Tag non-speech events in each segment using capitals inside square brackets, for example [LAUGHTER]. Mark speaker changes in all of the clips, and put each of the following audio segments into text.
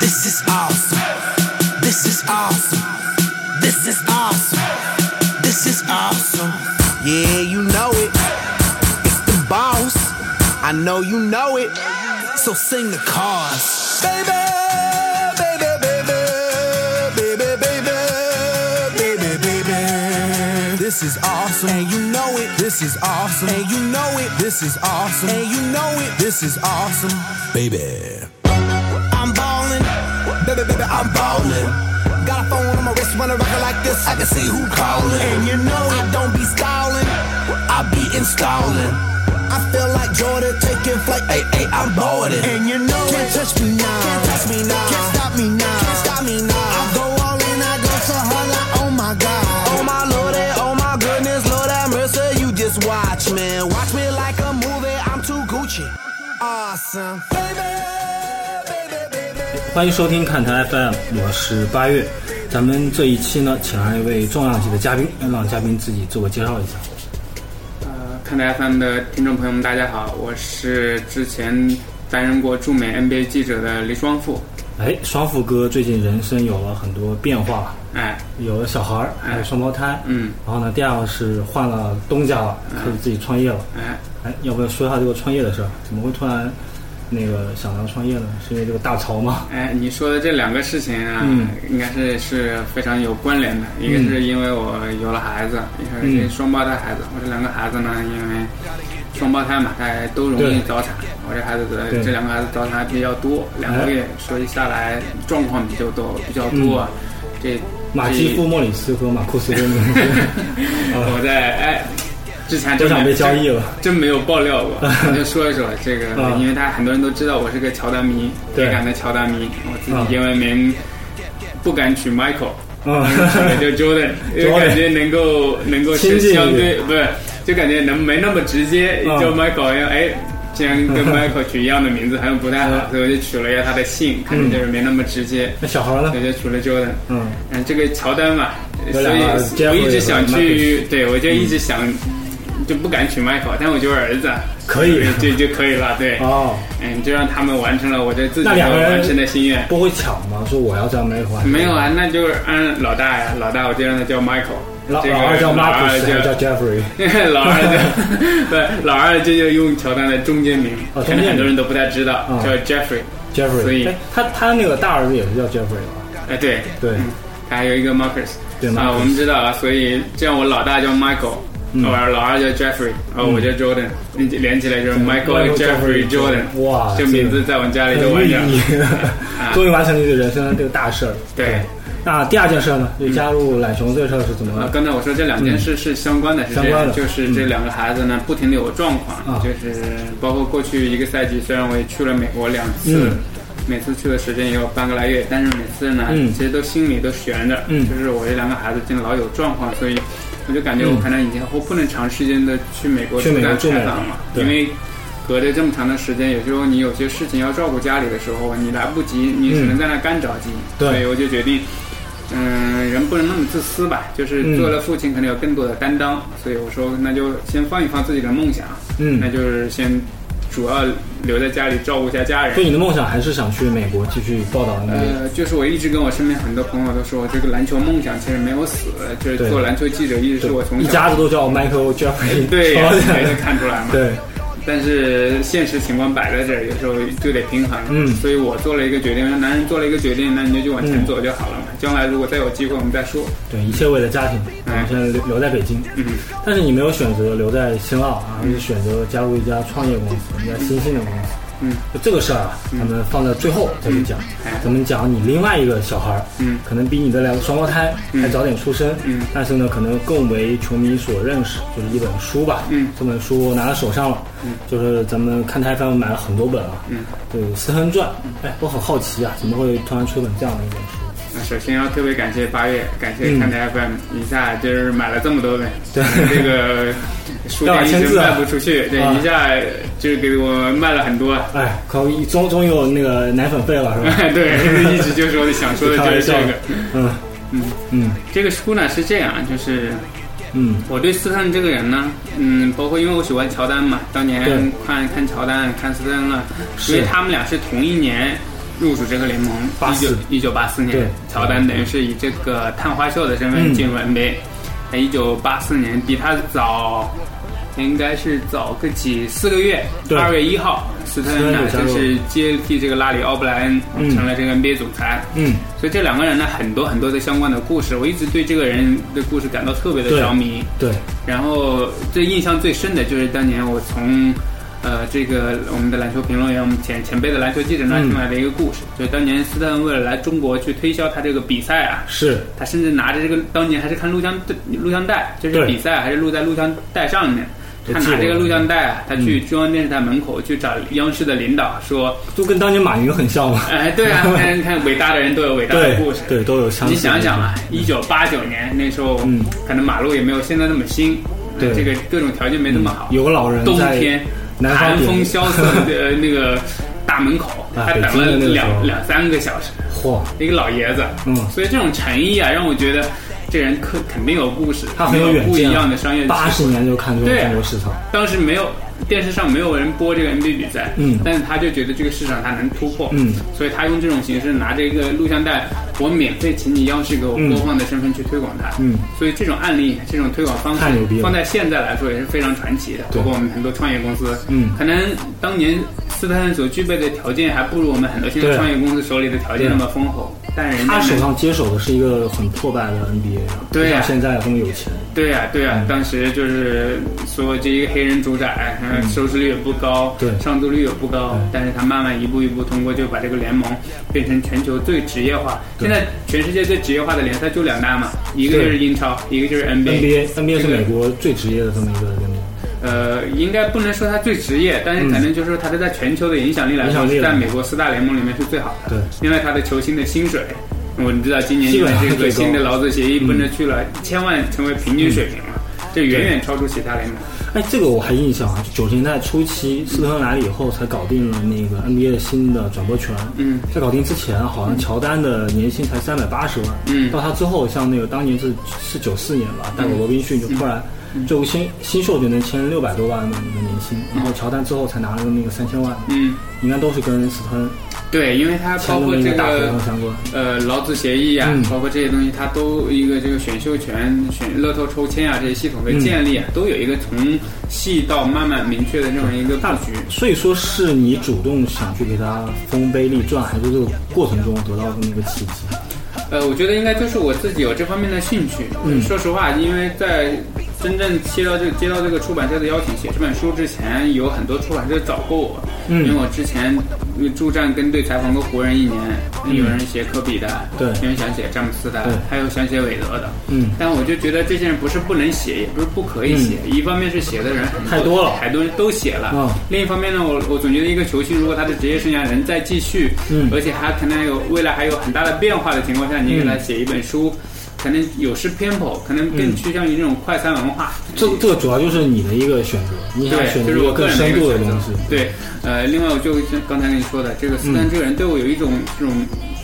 Speaker 1: This is awesome. This is awesome. This is awesome. This is awesome. Yeah, you know it. It's the boss. I know you know it. So sing the cars. Baby, baby, baby, baby, baby, baby, baby. This is awesome, and you know it. This is awesome, and you know it. This is awesome, and you know it. This is awesome, baby. I'm ballin', baby, baby, I'm ballin'. Got a phone on my wrist, run a record like this. I can see who callin', and you know I don't be stallin', I be installing. I feel like Jordan taking flight, hey, hey, I'm boarding, and you know can't touch me now, can't touch me now, can't stop me now, can't stop me now. I go all in, I go so hard, like, oh my god, oh my lord, and oh my goodness, Lord have mercy, you just watch me, watch me like a movie, I'm too Gucci, awesome, baby, baby, baby.
Speaker 2: 欢迎收听看台 FM，我是八月。咱们这一期呢，请来一位重量级的嘉宾，让嘉宾自己自我介绍一下。
Speaker 3: 呃，看台 FM 的听众朋友们，大家好，我是之前担任过驻美 NBA 记者的黎双富。
Speaker 2: 哎，双富哥最近人生有了很多变化，
Speaker 3: 哎，
Speaker 2: 有了小孩儿，还有双胞胎，
Speaker 3: 嗯，
Speaker 2: 然后呢，第二个是换了东家了，开始自己创业了。
Speaker 3: 哎，
Speaker 2: 哎，要不要说一下这个创业的事儿？怎么会突然那个想到创业呢？是因为这个大潮吗？
Speaker 3: 哎，你说的这两个事情啊，
Speaker 2: 嗯
Speaker 3: 应该是是非常有关联的。一个
Speaker 2: 嗯
Speaker 3: 是因为我有了孩子，一个
Speaker 2: 嗯
Speaker 3: 是双胞胎孩子。我这两个孩子呢，因为双胞胎嘛，哎，都容
Speaker 2: 对
Speaker 3: 易早产。我这孩子的
Speaker 2: 对
Speaker 3: 这两个孩子早产还比较多，两
Speaker 2: 哎
Speaker 3: 个月，所以下来状况比较多，比较多。啊。这
Speaker 2: 马
Speaker 3: 这
Speaker 2: 基夫、莫里斯和马库斯跟啊，
Speaker 3: [LAUGHS] 我在哎，之前
Speaker 2: 都
Speaker 3: 真
Speaker 2: 想
Speaker 3: 没
Speaker 2: 被交易了，
Speaker 3: 真真没有爆料
Speaker 2: [LAUGHS]
Speaker 3: 过，我就说一说这个
Speaker 2: 啊，
Speaker 3: 因为大家很多人都知道我是个乔丹迷，
Speaker 2: 对
Speaker 3: 铁杆的乔丹迷，我自
Speaker 2: 啊
Speaker 3: 己英文名不敢
Speaker 2: [LAUGHS]
Speaker 3: 取 Michael，
Speaker 2: 嗯， [LAUGHS]
Speaker 3: 也就 Jordan，因为感觉能够能够
Speaker 2: 亲
Speaker 3: 是
Speaker 2: 近一点
Speaker 3: 相对不是，就感觉能没那么直接
Speaker 2: 啊
Speaker 3: 叫 Michael，因为哎。竟然
Speaker 2: [LAUGHS]
Speaker 3: 跟 Michael 取一样的名字，好像不太
Speaker 2: 啊
Speaker 3: 好，所以我就取了一下他的姓，
Speaker 2: 嗯
Speaker 3: 可能就是没那么直接，
Speaker 2: 那小孩呢
Speaker 3: 所？以就取了 Jordan。
Speaker 2: 嗯，
Speaker 3: 嗯，这个乔丹嘛，
Speaker 2: 有
Speaker 3: 所
Speaker 2: 两
Speaker 3: 以
Speaker 2: 个
Speaker 3: 我一
Speaker 2: Jeffrey
Speaker 3: 直想
Speaker 2: 和嗯
Speaker 3: 去，对我就一直想，就不敢娶 Michael，但我就有儿子，
Speaker 2: 可以
Speaker 3: 就就就可以了，对，
Speaker 2: 哦，
Speaker 3: 嗯，就让他们完成了我对自己
Speaker 2: 那
Speaker 3: 的
Speaker 2: 两个人
Speaker 3: 完成的心愿。
Speaker 2: 不会抢吗？说我要这样没还。
Speaker 3: 没有啊，那就是按老大呀，老大我就让他叫 Michael，
Speaker 2: 老
Speaker 3: 这个
Speaker 2: 老二叫
Speaker 3: 老
Speaker 2: 马库
Speaker 3: 二
Speaker 2: 斯，还是叫
Speaker 3: 就
Speaker 2: Jeffrey？
Speaker 3: [LAUGHS] 老二
Speaker 2: [LAUGHS]
Speaker 3: 就对，老二这就用乔丹的中间名，
Speaker 2: 哦中间
Speaker 3: 可
Speaker 2: 名
Speaker 3: 能很多人都不太知道
Speaker 2: 嗯，
Speaker 3: 叫 Jeffrey，所
Speaker 2: Jeffrey，
Speaker 3: 以
Speaker 2: 哎他他那个大儿子也是叫 Jeffrey 吧？
Speaker 3: 哎对
Speaker 2: 对，
Speaker 3: 嗯还有一个 Marcus，
Speaker 2: 对
Speaker 3: 啊，
Speaker 2: Marcus
Speaker 3: 我们知道啊，所以这样我老大叫 Michael，
Speaker 2: 嗯
Speaker 3: 我老二叫 Jeffrey，然后我叫 Jordan，连起来就是 Michael Jeffrey Jordan，
Speaker 2: 哇
Speaker 3: 这名字在我们家里就
Speaker 2: 有
Speaker 3: 完
Speaker 2: 意
Speaker 3: 整
Speaker 2: 义
Speaker 3: 了。，
Speaker 2: [LAUGHS] 终于完成了这个人生的这个大事儿。哎
Speaker 3: 对，嗯
Speaker 2: 那第二件事呢？就加入懒熊这个事儿是怎
Speaker 3: 啊
Speaker 2: 么，？
Speaker 3: 刚才我说这两件事是相关的，
Speaker 2: 嗯
Speaker 3: 是
Speaker 2: 相
Speaker 3: 这
Speaker 2: 关
Speaker 3: 样
Speaker 2: 的，嗯
Speaker 3: 就是这两个孩子呢不停的有状况
Speaker 2: 啊，
Speaker 3: 就是包括过去一个赛季，虽然我也去了美国两次
Speaker 2: 嗯。
Speaker 3: 每次去的时间也有半个来月，但是每次呢，
Speaker 2: 嗯
Speaker 3: 其实都心里都悬着，
Speaker 2: 嗯
Speaker 3: 就是我这两个孩子真的老有状况，所以我就感觉我可能以后不能长时间的去美国
Speaker 2: 嗯去美国
Speaker 3: 干
Speaker 2: 住美
Speaker 3: 采访了，
Speaker 2: 对
Speaker 3: 因为隔着这么长的时间，有时候你有些事情要照顾家里的时候，你来不及，你只能在那干着急，
Speaker 2: 对
Speaker 3: 所以我就决定。嗯，人不能那么自私吧，就是
Speaker 2: 嗯
Speaker 3: 做了父亲，可能有更多的担当，所以我说那就先放一放自己的梦想，
Speaker 2: 嗯
Speaker 3: 那就是先主要留在家里照顾一下家人
Speaker 2: 所。以你的梦想还是想去美国继续报道 NBA？
Speaker 3: 呃，就是我一直跟我身边很多朋友都说，这个篮球梦想其实没有死，就是
Speaker 2: 对
Speaker 3: 做篮球记者一直是我从
Speaker 2: 一
Speaker 3: 小
Speaker 2: 家子都叫 Michael Jeffrey， [LAUGHS]
Speaker 3: 对，
Speaker 2: 乔丹
Speaker 3: 还能看出来嘛。
Speaker 2: 对，
Speaker 3: 但是现实情况摆在这儿，有时候就得平衡。
Speaker 2: 嗯
Speaker 3: 所以我做了一个决定，男人做了一个决定，那你就就往前走就好了嘛。
Speaker 2: 嗯
Speaker 3: 将来如果再有机会，我们再说。
Speaker 2: 对，一切为了家庭，
Speaker 3: 嗯
Speaker 2: 然后现在留留在北京。
Speaker 3: 嗯，
Speaker 2: 但是你没有选择留在新浪，而是选择加入一家创业公司，一家新兴的公司。
Speaker 3: 嗯，
Speaker 2: 就这个事儿啊，咱们放在最后再去讲。
Speaker 3: 哎
Speaker 2: 咱们讲你另外一个小孩儿，
Speaker 3: 嗯
Speaker 2: 可能比你的两个双胞胎还早点出生，
Speaker 3: 嗯
Speaker 2: 但是呢，可能更为球迷所认识，就是一本书吧，
Speaker 3: 嗯
Speaker 2: 这本书拿到手上了，嗯，就是咱们看台翻买了很多本啊，
Speaker 3: 嗯，
Speaker 2: 有《四亨传》，哎，我很好奇啊，怎么会突然出本这样的一本书？
Speaker 3: 那首先要特别感谢八月，感谢
Speaker 2: 嗯
Speaker 3: 看台 FM，、一下就是买了这么多本，
Speaker 2: 对
Speaker 3: 这
Speaker 2: [LAUGHS]
Speaker 3: 个书
Speaker 2: 要把
Speaker 3: 店一
Speaker 2: 签
Speaker 3: 直
Speaker 2: 字啊
Speaker 3: 卖不出去，对，
Speaker 2: 啊
Speaker 3: 一下就是给我卖了很多。 [LAUGHS]
Speaker 2: 哎，可以终终于有那个奶粉费了，是 [LAUGHS] 吧？
Speaker 3: 对，一直就说想说的
Speaker 2: 开
Speaker 3: 就
Speaker 2: 玩
Speaker 3: 是这
Speaker 2: 笑
Speaker 3: 个。，
Speaker 2: 嗯
Speaker 3: 嗯，
Speaker 2: 嗯
Speaker 3: 这个书呢是这样，啊就是
Speaker 2: 嗯
Speaker 3: 我对斯特恩这个人呢，嗯，包括因为我喜欢乔丹嘛，当年
Speaker 2: 对
Speaker 3: 看看乔丹、看斯特恩了，
Speaker 2: 是
Speaker 3: 因为他们俩是同一年，入主这个联盟。一
Speaker 2: 84
Speaker 3: 九一九八四
Speaker 2: 对嗯
Speaker 3: 年，乔丹等于是以这个探花秀的身份进入 NBA，在一九八四年比他早，应该是早个几四个月，
Speaker 2: 对
Speaker 3: 二月一号，斯特恩
Speaker 2: 斯
Speaker 3: 呢
Speaker 2: 特恩
Speaker 3: 就
Speaker 2: 有加入
Speaker 3: 是接替这个拉里奥布莱恩
Speaker 2: 嗯
Speaker 3: 成了这个 NBA 总裁。
Speaker 2: 嗯，
Speaker 3: 所以这两个人呢，很多很多的相关的故事，我一直对这个人的故事感到特别的
Speaker 2: 对
Speaker 3: 着迷。
Speaker 2: 对，
Speaker 3: 然后最印象最深的就是当年我从呃这个我们的篮球评论员，我们前前辈的篮球记者那
Speaker 2: 嗯
Speaker 3: 听来的一个故事，就是当年斯特恩为了来中国去推销他这个比赛啊。
Speaker 2: 是，
Speaker 3: 他甚至拿着这个，当年还是看录像带录像带，就是
Speaker 2: 对
Speaker 3: 比赛还是录在录像带上面。
Speaker 2: 就
Speaker 3: 他
Speaker 2: 记
Speaker 3: 拿
Speaker 2: 录
Speaker 3: 这个
Speaker 2: 了
Speaker 3: 录像带啊，他去中央电视台门口去找央视的领导说
Speaker 2: 就跟当年马云很像 [LAUGHS] 嘛。：“
Speaker 3: 哎，对啊，看看伟大的人都有伟大
Speaker 2: 对
Speaker 3: 的故事。”
Speaker 2: 对，都有相似
Speaker 3: 你
Speaker 2: 的地方。
Speaker 3: 想想啊，一九八九年那时候，
Speaker 2: 嗯
Speaker 3: 可能马路也没有现在那么新，
Speaker 2: 对嗯
Speaker 3: 这个各种条件没那么好。
Speaker 2: 有个老人
Speaker 3: 冬
Speaker 2: 在
Speaker 3: 天，
Speaker 2: 南方
Speaker 3: 寒
Speaker 2: 顶
Speaker 3: 风萧瑟的
Speaker 2: [LAUGHS]
Speaker 3: 那个大门口，
Speaker 2: 啊
Speaker 3: 他
Speaker 2: 北
Speaker 3: 等
Speaker 2: 京的那个
Speaker 3: 了
Speaker 2: 时
Speaker 3: 两
Speaker 2: 候
Speaker 3: 两三个小时，
Speaker 2: 嚯，
Speaker 3: 一个老爷子。
Speaker 2: 嗯
Speaker 3: 所以这种诚意啊，让我觉得这人可肯定有故事，
Speaker 2: 他
Speaker 3: 没
Speaker 2: 很
Speaker 3: 有
Speaker 2: 远
Speaker 3: 不一
Speaker 2: 见啊，
Speaker 3: 样的商业。
Speaker 2: 八十年就看中
Speaker 3: 对啊
Speaker 2: 中国市场，
Speaker 3: 当时没有电视上没有人播这个 NBA 比赛，
Speaker 2: 嗯
Speaker 3: 但是他就觉得这个市场他能突破，
Speaker 2: 嗯，
Speaker 3: 所以他用这种形式拿这个录像带，我免费请你央视给我播放的身份去推广它，
Speaker 2: 嗯，
Speaker 3: 所以这种案例、这种推广方式
Speaker 2: 太牛逼了
Speaker 3: 放在现在来说也是非常传奇的，
Speaker 2: 对
Speaker 3: 包括我们很多创业公司，
Speaker 2: 嗯
Speaker 3: 可能当年斯特恩所具备的条件还不如我们很多现在
Speaker 2: 对
Speaker 3: 创业公司手里的条件那么丰厚，但人家
Speaker 2: 他手
Speaker 3: 能
Speaker 2: 上接手的是一个很破败的 NBA，不
Speaker 3: 对啊呀
Speaker 2: 啊像现在这么有钱。
Speaker 3: 对呀、对
Speaker 2: 嗯
Speaker 3: 呀、当时就是所有这一个黑人主宰，嗯，收视率也不高，
Speaker 2: 对嗯
Speaker 3: 上座率也不高，但是他慢慢一步一步通过就把这个联盟变成全球最职业化。现
Speaker 2: 对
Speaker 3: 在全世界最职业化的联赛就两大嘛，一个
Speaker 2: 对
Speaker 3: 就是英超，一个就是
Speaker 2: NBA NBA 是
Speaker 3: 这个
Speaker 2: 美国最职业的这么一个联盟，
Speaker 3: 呃，应该不能说它最职业，但是可能就是说它的在全球的影响力
Speaker 2: 嗯
Speaker 3: 来
Speaker 2: 影
Speaker 3: 说，
Speaker 2: 响力
Speaker 3: 是在
Speaker 2: 了
Speaker 3: 美国四大联盟里面是最好的。
Speaker 2: 对
Speaker 3: 另外它的球星的薪水，我们知道今年
Speaker 2: 基
Speaker 3: 因为
Speaker 2: 本上
Speaker 3: 这
Speaker 2: 最
Speaker 3: 个
Speaker 2: 高嗯
Speaker 3: 新的劳资协议奔着去了一千万，成为平均水平了，这远远超出其他联盟。
Speaker 2: 哎，这个我还印象啊，九十年代初期，斯特恩来了以后，才搞定了那个 NBA 新的转播权。
Speaker 3: 嗯，
Speaker 2: 在搞定之前，啊好像乔丹的年薪才三百八十万。
Speaker 3: 嗯
Speaker 2: 到他之后，像那个当年是是九四年吧，带着罗宾逊就突然，
Speaker 3: 嗯
Speaker 2: 这个新新秀就能签六百多万的那个年薪，然后乔丹之后才拿了那个三千万，
Speaker 3: 嗯，
Speaker 2: 应该都是跟斯特恩
Speaker 3: 对，因为它包
Speaker 2: 签的
Speaker 3: 括
Speaker 2: 那
Speaker 3: 这
Speaker 2: 个大合
Speaker 3: 个
Speaker 2: 同相关。
Speaker 3: 呃劳资协议啊，
Speaker 2: 嗯
Speaker 3: 包括这些东西，它都一个这个选秀权、选乐透抽签啊这些系
Speaker 2: 嗯
Speaker 3: 统的建立啊，都有一个从细到慢慢明确的这么一个布局。
Speaker 2: 所以说是你主动想去给他丰碑立传，还是这个过程中得到的那个契机？
Speaker 3: 呃，我觉得应该就是我自己有这方面的兴趣。
Speaker 2: 嗯
Speaker 3: 说实话，因为在真正接到这接到这个出版社的邀请写这本书之前，有很多出版社找过我，
Speaker 2: 嗯
Speaker 3: 因为我之前呃助战跟队采访过湖人一年，
Speaker 2: 嗯
Speaker 3: 有人写科比的，
Speaker 2: 对
Speaker 3: 有人想写詹姆斯的
Speaker 2: 对，
Speaker 3: 还有想写韦德的，
Speaker 2: 嗯
Speaker 3: 但我就觉得这些人不是不能写，也不是不可以写，一方面是写的人很
Speaker 2: 太多了
Speaker 3: 太多人都写了，
Speaker 2: 嗯
Speaker 3: 另一方面呢，我我总觉得一个球星如果他的职业生涯能再继续，
Speaker 2: 嗯
Speaker 3: 而且还可能还有未来还有很大的变化的情况下，你给
Speaker 2: 嗯
Speaker 3: 他写一本书，可能有失偏颇，可能更趋向于这种快餐文化。
Speaker 2: 这这个主要嗯就是你的一个选择，你想
Speaker 3: 对，
Speaker 2: 选择
Speaker 3: 就是
Speaker 2: 一
Speaker 3: 我
Speaker 2: 个更
Speaker 3: 个人的一
Speaker 2: 深
Speaker 3: 个
Speaker 2: 度的
Speaker 3: 选
Speaker 2: 东
Speaker 3: 择
Speaker 2: 西。嗯
Speaker 3: 对，呃，另外我就像刚才跟你说的，这个斯坦这个人对我有一种这种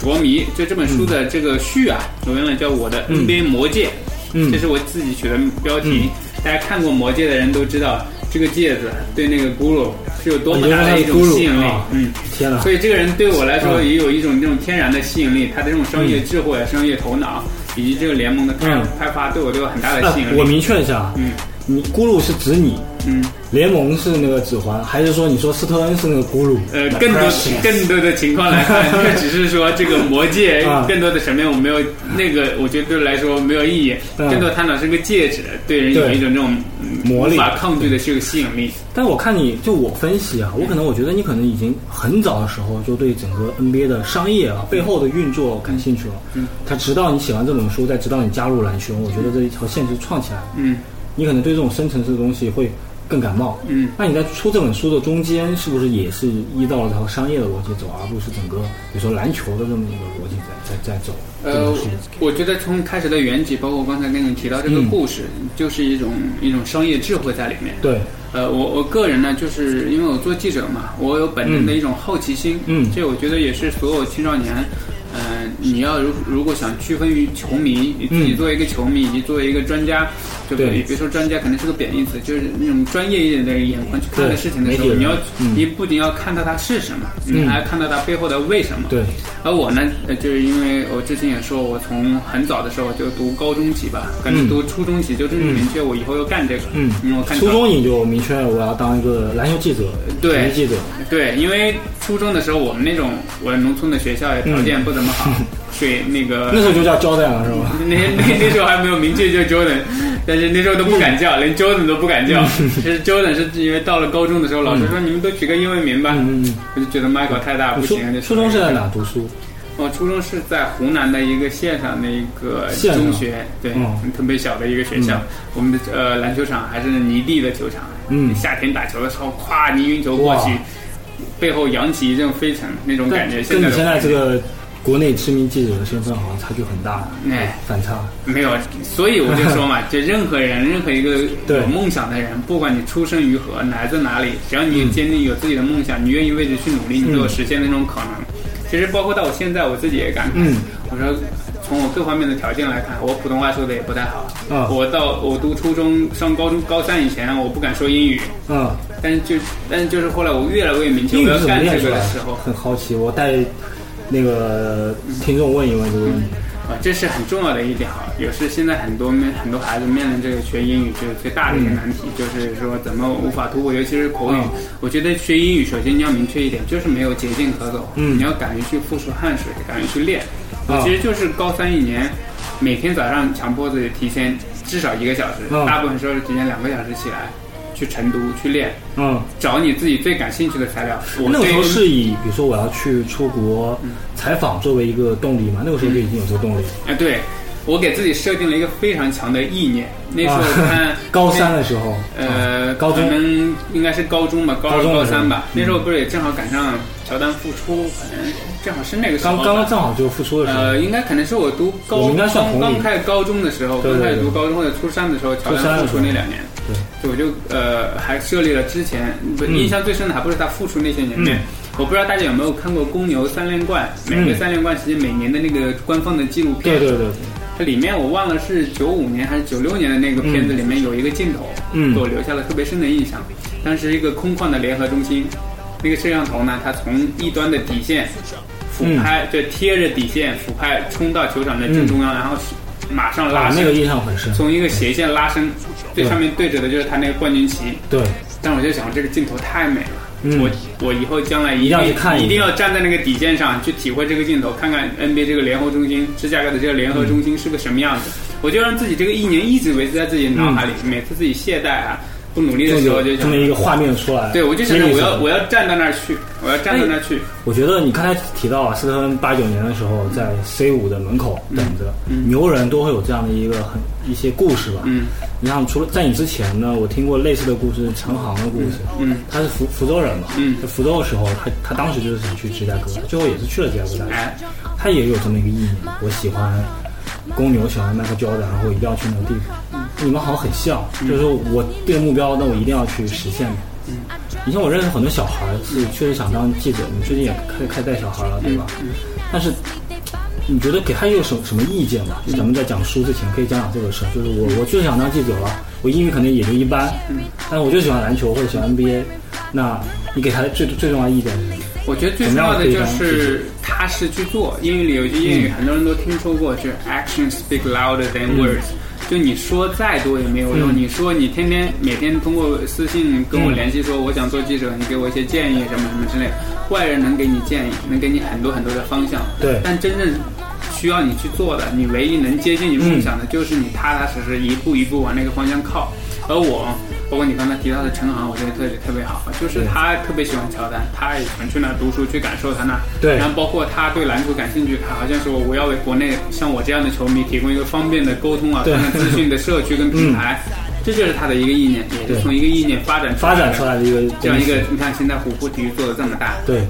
Speaker 3: 着迷，就这本书的这个序啊，我原来叫我的 NBA 魔戒，
Speaker 2: 嗯
Speaker 3: 这是我自己取的标题
Speaker 2: 嗯。
Speaker 3: 大家看过《魔戒》的人都知道，这个戒指啊对那个咕噜是有多
Speaker 2: 哦
Speaker 3: 么大的一种
Speaker 2: 我觉得它的咕噜
Speaker 3: 吸引力
Speaker 2: 啊。
Speaker 3: 嗯，
Speaker 2: 天哪
Speaker 3: 所！以这个人对我来说
Speaker 2: 嗯
Speaker 3: 也有一种这种天然的吸引力，他的这种商业智慧、商业头脑，以及这个联盟的开
Speaker 2: 嗯
Speaker 3: 开发，对我都有很大的
Speaker 2: 哎
Speaker 3: 吸引，
Speaker 2: 我
Speaker 3: 力。
Speaker 2: 明确一下，
Speaker 3: 嗯
Speaker 2: 你咕噜是指你，
Speaker 3: 嗯，
Speaker 2: 联盟是那个指环，还是说你说斯特恩是那个咕噜？
Speaker 3: 呃，更多更多的情况来看，这只是说这个魔戒
Speaker 2: [LAUGHS] 啊
Speaker 3: 更多的层面我没有那个，我觉得对我来说没有意义。
Speaker 2: 嗯
Speaker 3: 更多探讨是个戒指，对人有
Speaker 2: 对
Speaker 3: 一种这种嗯
Speaker 2: 魔力
Speaker 3: 无法抗拒的这个吸引力。
Speaker 2: 但我看你就我分析啊，我可能我觉得你可能已经很早的时候就对整个 NBA 的商业啊背后的运作感兴趣了。
Speaker 3: 嗯，
Speaker 2: 他直到你写完这本书，再直到你加入蓝熊，我觉得这一条线是创起来的。
Speaker 3: 嗯
Speaker 2: 你可能对这种深层次的东西会更感冒。
Speaker 3: 嗯。
Speaker 2: 那你在出这本书的中间，是不是也是依照了条商业的逻辑走，而不是整个比如说篮球的这么一个逻辑在在在走？这
Speaker 3: 呃
Speaker 2: 本书，
Speaker 3: 我觉得从开始的缘起，包括我刚才跟你提到这个
Speaker 2: 嗯
Speaker 3: 故事，就是一种一种商业智慧在里面。
Speaker 2: 对，
Speaker 3: 呃，我我个人呢，就是因为我做记者嘛，我有本能的一种好奇心，
Speaker 2: 嗯
Speaker 3: 这我觉得也是所有青少年，嗯、你要如如果想区分于球迷，你自己作为一个球迷以及作为一个专家，就比
Speaker 2: 嗯对
Speaker 3: 比如说专家可能是个贬义词，就是那种专业一点的眼光去看
Speaker 2: 对
Speaker 3: 待事情的时
Speaker 2: 媒
Speaker 3: 候，
Speaker 2: 体人
Speaker 3: 你要
Speaker 2: 嗯
Speaker 3: 你不仅要看到它是什么，你还要看到它背后的为什么。
Speaker 2: 对，
Speaker 3: 而我呢，呃就是因为我之前也说，我从很早的时候就读高中级吧，可能
Speaker 2: 嗯
Speaker 3: 读初中级就真正明确我以后要干这个。
Speaker 2: 嗯
Speaker 3: 因为我，看
Speaker 2: 初
Speaker 3: 到
Speaker 2: 中你就明确我要当一个篮球记者、
Speaker 3: 对
Speaker 2: 体育记者，
Speaker 3: 对，因为初中的时候我们那种我农村的学校也条件不怎么好，水那个
Speaker 2: 嗯那时候就叫 Jordan 了，是吧？
Speaker 3: 那 [LAUGHS] 那那时候还没有明确叫 Jordan，但是那时候都不敢
Speaker 2: 嗯
Speaker 3: 叫，连 Jordan 都不敢叫。就是 Jordan 是因为到了高中的时候，老师说你们都取个英文名吧，
Speaker 2: 嗯嗯嗯嗯
Speaker 3: 我就觉得 Michael 太嗯大不
Speaker 2: 你初
Speaker 3: 行。就
Speaker 2: 初中是在？哪读书？
Speaker 3: 我初中是在湖南的一个县上的一个
Speaker 2: 县上
Speaker 3: 中学，对，
Speaker 2: 嗯
Speaker 3: 特别小的一个学校。我们的呃篮球场还是泥地的球场，
Speaker 2: 嗯
Speaker 3: 夏天打球的时候，咵你运球过去
Speaker 2: 哇，
Speaker 3: 背后扬起一阵飞尘那种感觉。
Speaker 2: 跟
Speaker 3: 在
Speaker 2: 你
Speaker 3: 的
Speaker 2: 现在
Speaker 3: 我
Speaker 2: 这个国内知名记者的身份好像差距很大，
Speaker 3: 哎
Speaker 2: 反差。
Speaker 3: 没有，所以我就
Speaker 2: [LAUGHS]
Speaker 3: 说嘛，就任何人，任何一个
Speaker 2: 对
Speaker 3: 有梦想的人，不管你出生于何，来自哪里，只要你坚定有自己的梦想，你愿意为之去努力，你都有实现的那种可能。其实包括到我现在，我自己也感慨，
Speaker 2: 嗯
Speaker 3: 我说从我各方面的条件来看，我普通话说的也不太好。
Speaker 2: 嗯
Speaker 3: 我到我读初中、上高中、高三以前，我不敢说英语，
Speaker 2: 嗯，
Speaker 3: 但是就但是就是后来我越来越明确
Speaker 2: 英语
Speaker 3: 我要
Speaker 2: 是怎么
Speaker 3: 干
Speaker 2: 练
Speaker 3: 这
Speaker 2: 出
Speaker 3: 个
Speaker 2: 来
Speaker 3: 的时
Speaker 2: 的
Speaker 3: 候？，
Speaker 2: 很好奇，我带那个听众问一问这个问题。
Speaker 3: 啊，这是很重要的一点哈，也是现在很多面很多孩子面临这个学英语就是最大的一个难题，就是说怎么无法突破，尤其是口语。
Speaker 2: 嗯
Speaker 3: 我觉得学英语首先你要明确一点，就是没有捷径可走，
Speaker 2: 嗯
Speaker 3: 你要敢于去付出汗水，敢于去练。我
Speaker 2: 啊
Speaker 3: 其实就是高三一年，每天早上强迫自己提前至少一个小时，
Speaker 2: 嗯
Speaker 3: 大部分时候是提前两个小时起来去晨读去练，
Speaker 2: 嗯，
Speaker 3: 找你自己最感兴趣的材料。我
Speaker 2: 那个时候
Speaker 3: 对于
Speaker 2: 是以比如说我要去出国采访作为一个动力嘛，那个时候就已经有这个动力了。
Speaker 3: 哎，对，我给自己设定了一个非常强的意念。那时候我看、
Speaker 2: 啊 [LAUGHS] 高三的时候，啊
Speaker 3: 呃，
Speaker 2: 高中
Speaker 3: 可能应该是高中吧，高二
Speaker 2: 高中
Speaker 3: 高
Speaker 2: 的时候
Speaker 3: 三吧。
Speaker 2: 嗯
Speaker 3: 那时候不是也正好赶上乔丹复出，可能正好是那个时候
Speaker 2: 刚
Speaker 3: 吧。
Speaker 2: 刚刚正好就复出的时候，
Speaker 3: 呃，应该可能是我读高
Speaker 2: 我们应
Speaker 3: 中
Speaker 2: 该算同龄
Speaker 3: 刚开始高中的时候，
Speaker 2: 对
Speaker 3: 刚
Speaker 2: 对
Speaker 3: 开始读
Speaker 2: 对
Speaker 3: 高中或者初三的时候，乔
Speaker 2: 初三
Speaker 3: 丹
Speaker 2: 的
Speaker 3: 复出
Speaker 2: 时候
Speaker 3: 那两年，
Speaker 2: 对，
Speaker 3: 就我就呃还设立了之前不印象最深的还不是他复出那些年面
Speaker 2: 嗯。
Speaker 3: 我不知道大家有没有看过公牛三连冠，每个
Speaker 2: 嗯
Speaker 3: 三连冠其实每年的那个官方的纪录片，
Speaker 2: 对对对，对
Speaker 3: 它里面我忘了是九五年还是九六年的那个片子里面有一个镜头，
Speaker 2: 嗯
Speaker 3: 给我留下了特别深的印象。当时一个空旷的联合中心，那个摄像头呢，它从一端的底线俯拍，
Speaker 2: 嗯
Speaker 3: 就贴着底线俯拍冲到球场的正中央，然后马上拉
Speaker 2: 啊，
Speaker 3: 伸，
Speaker 2: 那个印象很深。
Speaker 3: 从一个斜线拉伸，最
Speaker 2: 对
Speaker 3: 上面对着的就是他那个冠军旗。
Speaker 2: 对，
Speaker 3: 但我就想，这个镜头太美了。
Speaker 2: 嗯
Speaker 3: 我我以后将来
Speaker 2: 一
Speaker 3: 一定
Speaker 2: 定要去看一
Speaker 3: 一
Speaker 2: 下
Speaker 3: 定要站在那个底线上去体会这个镜头，看看 NBA 这个联合中心，芝加哥的这个联合中心是个什么样子。
Speaker 2: 嗯
Speaker 3: 我就让自己这个意念一直维持在自己脑海里，每次自己懈怠啊、不努力的
Speaker 2: 这
Speaker 3: 时候，就
Speaker 2: 有这
Speaker 3: 想
Speaker 2: 么，一个画面出来。
Speaker 3: 对我就想着
Speaker 2: 挺有
Speaker 3: 我
Speaker 2: 意思的
Speaker 3: 要我要站到那儿去，我要站到那儿去。
Speaker 2: 我觉得你刚才提到啊，斯特芬八九年的时候在 C 五的门口等着，牛人都会有这样的一个很一些故事吧。
Speaker 3: 嗯，
Speaker 2: 你像除了在你之前呢，我听过类似的故事，陈航的故事。
Speaker 3: 嗯嗯
Speaker 2: 他是福福州人嘛。
Speaker 3: 嗯
Speaker 2: 在福州的时候，他他当时就是想去芝加哥，最后也是去了芝加哥大
Speaker 3: 哎
Speaker 2: 学。他也有这么一个意念，我喜欢公牛，喜欢迈克乔丹，然后我一定要去那个地
Speaker 3: 嗯
Speaker 2: 方。你们好像很像，就是说我定目标，那我一定要去实现它。以前我认识很多小孩儿是确实想当记者，你最近也开开始带小孩了，对吧？
Speaker 3: 嗯
Speaker 2: 但是你觉得给他有什么什么意见吧？就咱们在讲书之前可以讲讲这个事儿，就是我我就是想当记者了，我英语可能也就一般，
Speaker 3: 嗯
Speaker 2: 但是我就喜欢篮球或者喜欢 NBA，那你给他最最重要的意见是什么？
Speaker 3: 我觉得最重要的就是踏实去做。英语里有一句英语，很多人都听说过，就是 action speak louder than words。就你说再多也没有用，
Speaker 2: 嗯
Speaker 3: 你说你天天每天通过私信跟我
Speaker 2: 嗯
Speaker 3: 联系，说我想做记者，你给我一些建议什么什么之类的。外人能给你建议，能给你很多很多的方向，
Speaker 2: 对
Speaker 3: 但真正需要你去做的，你唯一能接近你梦想的，就是你踏踏实实一步一步往那个方向靠。而我，包括你刚才提到的陈啊航，我觉得特别特别好，就是
Speaker 2: 嗯
Speaker 3: 他特别喜欢乔丹，他也想去那儿读书，去感受他那。
Speaker 2: 对
Speaker 3: 然后包括他对篮球感兴趣，他好像说我要为国内像我这样的球迷提供一个方便的沟通啊、
Speaker 2: 对
Speaker 3: 方便资讯的社区跟平台，这就是他的一个意念，也是
Speaker 2: 对
Speaker 3: 从一个意念发展
Speaker 2: 发展出来的一个
Speaker 3: 这样一个
Speaker 2: 东西，
Speaker 3: 你看现在虎扑体育做的这么大，
Speaker 2: 对，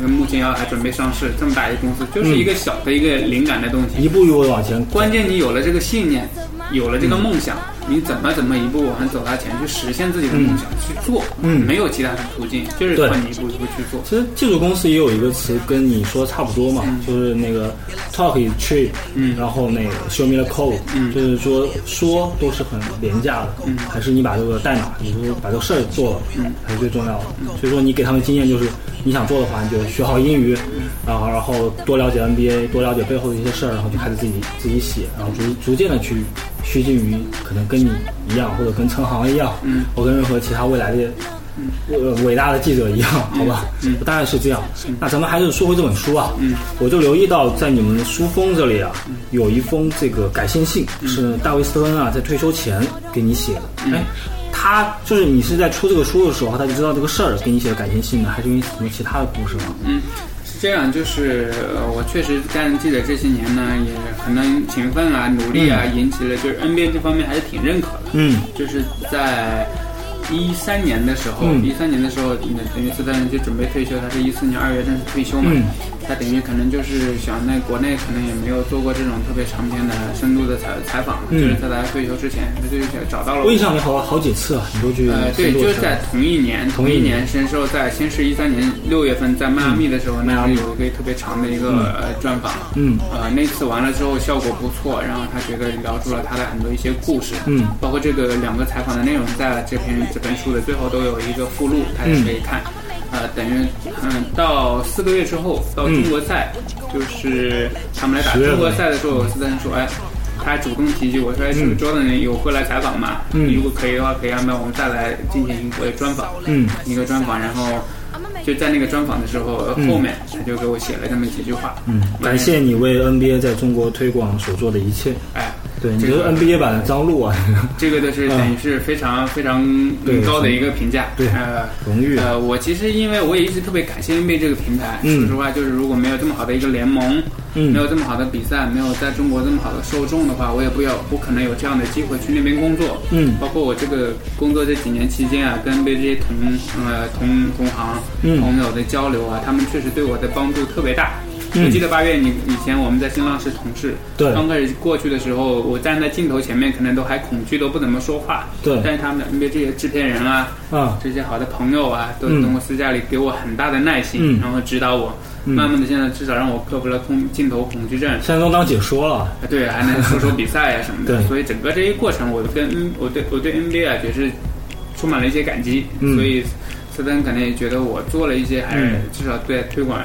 Speaker 3: 呃目前要还准备上市，这么大一个公司，就是
Speaker 2: 嗯
Speaker 3: 一个小的一个灵感的东西。
Speaker 2: 一步一步地往前。嗯
Speaker 3: 关键你有了这个信念，有了这个梦想，你怎么怎么一步往走到前去实现自己的梦想去做，
Speaker 2: 嗯
Speaker 3: 没有其他的途径，就是
Speaker 2: 对
Speaker 3: 靠你一步一步去做。
Speaker 2: 其实技术公司也有一个词跟你说差不多嘛，就是那个 talk is cheap，
Speaker 3: 嗯
Speaker 2: 然后那个 show me the code，
Speaker 3: 嗯
Speaker 2: 就是说说都是很廉价的，
Speaker 3: 嗯
Speaker 2: 还是你把这个代码，你就是把这个事儿做了，
Speaker 3: 嗯
Speaker 2: 才是最重要的。所以说你给他们经验就是，你想做的话，你就学好英语，然后然后多了解 NBA，多了解背后的一些事儿，然后就开始自己自己写，然后逐逐渐的去趋近于可能跟你一样，或者跟陈航一样，
Speaker 3: 嗯
Speaker 2: 我跟任何其他未来的呃伟大的记者一样，好吧？
Speaker 3: 嗯
Speaker 2: 当然是这样。那咱们还是说回这本书啊，
Speaker 3: 嗯
Speaker 2: 我就留意到在你们书封这里啊，有一封这个感谢信，
Speaker 3: 嗯
Speaker 2: 是大卫斯特恩啊在退休前给你写的。哎，他就是你是在出这个书的时候他就知道这个事儿，给你写的感谢信呢，还是因为什么其他的故事吗？
Speaker 3: 嗯，是这样，就是呃我确实干记者这些年呢，也可能勤奋啊、努力啊，引起了就是 NBA 这方面还是挺认可的。
Speaker 2: 嗯
Speaker 3: 就是在一三年的时候，
Speaker 2: 嗯
Speaker 3: 一三、年的时候，那等于斯丹就准备退休，他是一四年二月正式退休嘛，
Speaker 2: 嗯
Speaker 3: 他等于可能就是想在国内可能也没有做过这种特别长篇的深度的采采访，
Speaker 2: 嗯
Speaker 3: 就是他在退休之前，他就是找到了
Speaker 2: 我印象里好好几次啊，你都去
Speaker 3: 呃，对，
Speaker 2: 深度
Speaker 3: 就是
Speaker 2: 采
Speaker 3: 在同一年，
Speaker 2: 同一
Speaker 3: 一
Speaker 2: 年
Speaker 3: 年，先是在先是一三年六月份在迈阿密的时候，
Speaker 2: 嗯迈阿
Speaker 3: 那
Speaker 2: 密
Speaker 3: 是有一个特别长的一个、呃专访，
Speaker 2: 嗯
Speaker 3: 呃，那次完了之后效果不错，然后他觉得聊出了他的很多一些故事，
Speaker 2: 嗯
Speaker 3: 包括这个两个采访的内容，在这篇这本书的最后都有一个附录，大家可
Speaker 2: 嗯
Speaker 3: 以看。呃，等于嗯，到四个月之后，到中国赛，就是他们来打
Speaker 2: 嗯10月份
Speaker 3: 中国赛的时候，斯坦说，哎，他主动提及我说，哎，是不是
Speaker 2: 嗯
Speaker 3: Jordan 有会来采访吗？
Speaker 2: 嗯
Speaker 3: 如果可以的话，可以安排我们再来进行一个专访，
Speaker 2: 嗯
Speaker 3: 一个专访，然后就在那个专访的时候，呃
Speaker 2: 嗯
Speaker 3: 后面他就给我写了这么几句话，
Speaker 2: 嗯，感谢你为 NBA 在中国推广所做的一切。
Speaker 3: 哎，
Speaker 2: 对，你
Speaker 3: 这
Speaker 2: 这是
Speaker 3: 个
Speaker 2: NBA 版的张璐啊， [LAUGHS]
Speaker 3: 这个都是
Speaker 2: 嗯
Speaker 3: 等于是非常非常嗯
Speaker 2: 对
Speaker 3: 高的一个评价，
Speaker 2: 对
Speaker 3: 呃，
Speaker 2: 荣誉啊
Speaker 3: 呃，我其实因为我也一直特别感谢 NBA 这个平台，
Speaker 2: 嗯
Speaker 3: 说实话，就是如果没有这么好的一个联盟，
Speaker 2: 嗯
Speaker 3: 没有这么好的比赛，没有在中国这么好的受众的话，我也不要不可能有这样的机会去那边工作。
Speaker 2: 嗯
Speaker 3: 包括我这个工作这几年期间啊，跟 NBA 这些同呃同同行、
Speaker 2: 嗯
Speaker 3: 朋友的交流啊，他们确实对我的帮助特别大。
Speaker 2: 嗯
Speaker 3: 我记得八月你以前我们在新浪是同事，
Speaker 2: 对
Speaker 3: 刚开始过去的时候，我站在镜头前面，可能都还恐惧，都不怎么说话。
Speaker 2: 对
Speaker 3: 但是他们的 NBA 这些制片人啊，
Speaker 2: 啊，
Speaker 3: 这些好的朋友啊，都通过私下里给我很大的耐心，
Speaker 2: 嗯
Speaker 3: 然后指导我，
Speaker 2: 嗯
Speaker 3: 慢慢的现在至少让我克服了空镜头恐惧症，
Speaker 2: 现在都当解说了。
Speaker 3: 啊对，还能说说比赛啊什么的。
Speaker 2: 对
Speaker 3: 所以整个这一过程，我跟我对我对 NBA 啊也是充满了一些感激，
Speaker 2: 嗯
Speaker 3: 所以斯丹可能也觉得我做了一些，还是
Speaker 2: 嗯
Speaker 3: 至少对推广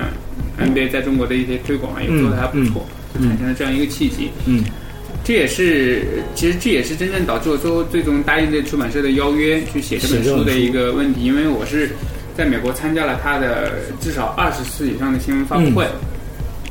Speaker 3: NBA 在中国的一些推广啊也做的还不错，
Speaker 2: 嗯嗯
Speaker 3: 就产生了这样一个契机。
Speaker 2: 嗯
Speaker 3: 这也是，其实这也是真正导致我最后最终答应这出版社的邀约去写这本书的一个问题，因为我是在美国参加了他的至少二十次以上的新闻发布会，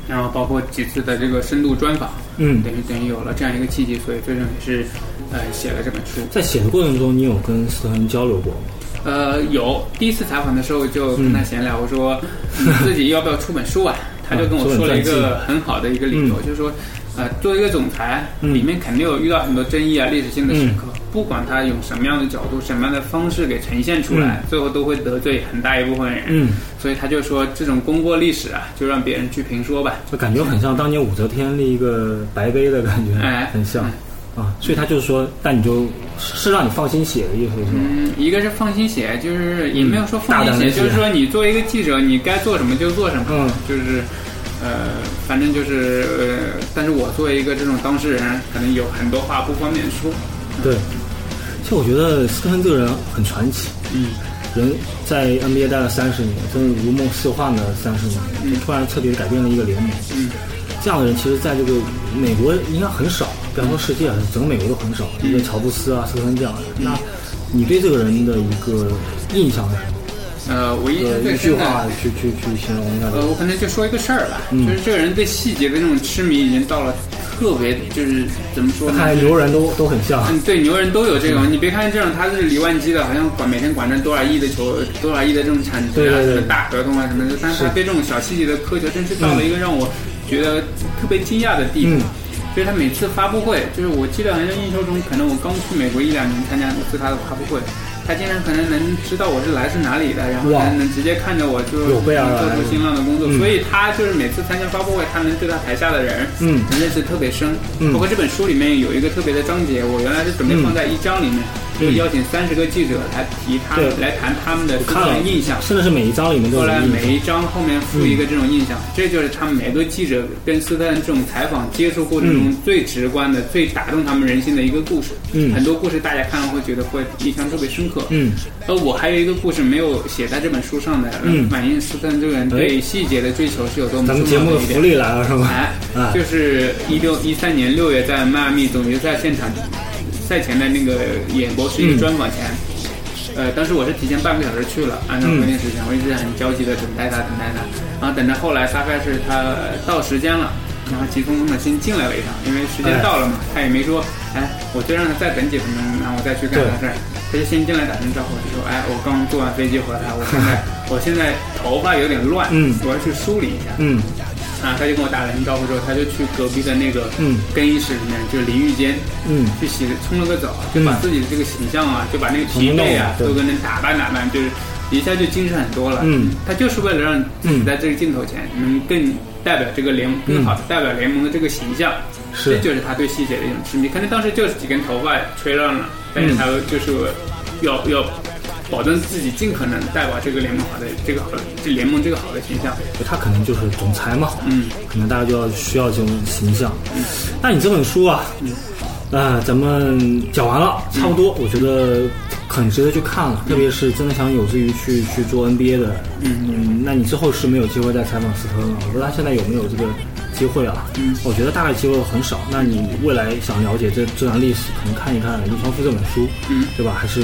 Speaker 3: 然后包括几次的这个深度专访，
Speaker 2: 嗯
Speaker 3: 等于等于有了这样一个契机，所以最终也是呃写了这本书。
Speaker 2: 在写的过程中，你有跟斯特恩交流过吗？
Speaker 3: 呃，有第一次采访的时候就跟他
Speaker 2: 嗯
Speaker 3: 闲聊，我说你自己要不要出本书啊？他就跟我说了一个很好的一个理由，就是说，呃，作为一个总裁，
Speaker 2: 嗯
Speaker 3: 里面肯定有遇到很多争议啊、历史性的时刻，不管他用什么样的角度、什么样的方式给呈现出来，最后都会得罪很大一部分人。
Speaker 2: 嗯，
Speaker 3: 所以他就说，这种功过历史啊，就让别人去评说吧。
Speaker 2: 就感觉很像当年武则天立一个白碑的感觉，
Speaker 3: 哎
Speaker 2: 很像啊。所以他就是说，但你就是是让你放心写的意思是吗？
Speaker 3: 嗯，一个是放心写，就是也没有说放
Speaker 2: 嗯大胆
Speaker 3: 心
Speaker 2: 地
Speaker 3: 写，
Speaker 2: 写
Speaker 3: 就是说你作为一个记者，你该做什么就做什么，
Speaker 2: 嗯
Speaker 3: 就是呃，反正就是呃，但是我作为一个这种当事人，可能有很多话不方便说，
Speaker 2: 对。其实我觉得斯特恩这个人很传奇，
Speaker 3: 嗯，
Speaker 2: 人在 NBA 待了三十年，真的如梦似幻的三十年，就突然彻底地改变了一个联盟。
Speaker 3: 嗯，
Speaker 2: 这样的人其实在这个美国应该很少，不要说世界，整个美国都很少。
Speaker 3: 嗯
Speaker 2: 一个乔布斯啊、斯特恩这样的人，那你对这个人的一个印象是什么？
Speaker 3: 呃，我印象
Speaker 2: 呃，
Speaker 3: 最
Speaker 2: 一句
Speaker 3: 深
Speaker 2: 话
Speaker 3: 的。
Speaker 2: 去去去形容一下这
Speaker 3: 呃，
Speaker 2: 个。
Speaker 3: 我可能就说一个事儿吧，
Speaker 2: 嗯
Speaker 3: 就是这个人对细节的这种痴迷已经到了特别，就是怎么说呢？
Speaker 2: 看来牛人都都很像。
Speaker 3: 嗯，对，牛人都有这种。你别看这种，他是离万机的，好像管每天管着多少亿的球，多少亿的这种产值
Speaker 2: 对
Speaker 3: 啊，
Speaker 2: 对对
Speaker 3: 什么大合同啊什么的，但是他
Speaker 2: 是
Speaker 3: 对这种小细节的苛求，真是到了一个让我觉得特别惊讶的地步。
Speaker 2: 嗯
Speaker 3: 就是他每次发布会，就是我记得好像印象中，可能我刚去美国一两年参加一次他的发布会，他竟然可能能知道我是来自哪里的，然后
Speaker 2: 哇
Speaker 3: 能能直接看着我就
Speaker 2: 有备而来
Speaker 3: 做出新浪的工作，
Speaker 2: 嗯
Speaker 3: 所以他就是每次参加发布会，他能对他台下的人
Speaker 2: 嗯
Speaker 3: 能认识特别深。
Speaker 2: 嗯
Speaker 3: 包括这本书里面有一个特别的章节，我原来是准备放在一章里面，
Speaker 2: 嗯
Speaker 3: 就邀请三十个记者来提他
Speaker 2: 对
Speaker 3: 来谈他们的
Speaker 2: 我
Speaker 3: 个
Speaker 2: 看了
Speaker 3: 人印象。
Speaker 2: 甚至是每一章里面都有
Speaker 3: 后来
Speaker 2: 印象
Speaker 3: 每一章后面附一个这种印象，
Speaker 2: 嗯
Speaker 3: 这就是他们每个记者跟斯特恩这种采访接触过程中最直观的、最打动他们人心的一个故事。
Speaker 2: 嗯
Speaker 3: 很多故事大家看了会觉得会印象特别深刻。
Speaker 2: 嗯，
Speaker 3: 而我还有一个故事没有写在这本书上的，
Speaker 2: 嗯
Speaker 3: 反映斯特恩这个人对细节的追求是有多么
Speaker 2: 咱
Speaker 3: 重
Speaker 2: 们节
Speaker 3: 要
Speaker 2: 目的
Speaker 3: 的一
Speaker 2: 福
Speaker 3: 点。
Speaker 2: 利来了是吧？
Speaker 3: 哎
Speaker 2: 啊，，
Speaker 3: 就是一六一三年六月在迈阿密总决赛现场赛前的那个演播室一
Speaker 2: 嗯
Speaker 3: 个专访前，呃，当时我是提前半个小时去了，按照
Speaker 2: 嗯
Speaker 3: 规定时间，我一直很焦急的等待他，等待他，然后等到后来大概是他到时间了。然后急匆匆的先进来了一趟，因为时
Speaker 2: 哎
Speaker 3: 间到了嘛，他也没说，哎，我就让他再等几分钟，然后我再去干啥事儿。他就先进来打声招呼，就说，哎，我刚坐完飞机回来，我
Speaker 2: [LAUGHS]
Speaker 3: 现在我现在头发有点乱，
Speaker 2: 嗯
Speaker 3: 我要去梳理一下。
Speaker 2: 嗯
Speaker 3: 啊，他就跟我打了声招呼之后，他就去隔壁的那个
Speaker 2: 嗯
Speaker 3: 更衣室里面，就是淋浴间，
Speaker 2: 嗯
Speaker 3: 去洗冲了个澡，就把
Speaker 2: 嗯
Speaker 3: 自己的这个形象啊，就把那个疲
Speaker 2: 弄
Speaker 3: 惫
Speaker 2: 了
Speaker 3: 啊，
Speaker 2: 对
Speaker 3: 都跟人打扮打扮，就是一下就精神很多了。
Speaker 2: 嗯，
Speaker 3: 他就是为了让自己
Speaker 2: 嗯
Speaker 3: 在这个镜头前能更代表这个联盟，更好的代表联盟的这个形象。
Speaker 2: 是
Speaker 3: 这就是他对细节的一种痴迷。可能当时就是几根头发吹乱了，但是
Speaker 2: 嗯
Speaker 3: 他就是要要保证自己尽可能代表这个联盟好的这个好的这联盟这个好的形象。
Speaker 2: 他可能就是总裁嘛，
Speaker 3: 嗯，
Speaker 2: 可能大家就要需要这种形象。那你这本书啊，
Speaker 3: 嗯
Speaker 2: 呃，咱们讲完了，差不多，我觉得很值得去看了，特别是真的想有志于去去做 NBA 的，
Speaker 3: 嗯
Speaker 2: 嗯，那你之后是没有机会再采访斯特恩了，我不知道他现在有没有这个机会啊？
Speaker 3: 嗯
Speaker 2: 我觉得大概机会很少。那你未来想了解这这段历史，可能看一看《林超夫》这本书，
Speaker 3: 嗯
Speaker 2: 对吧？还是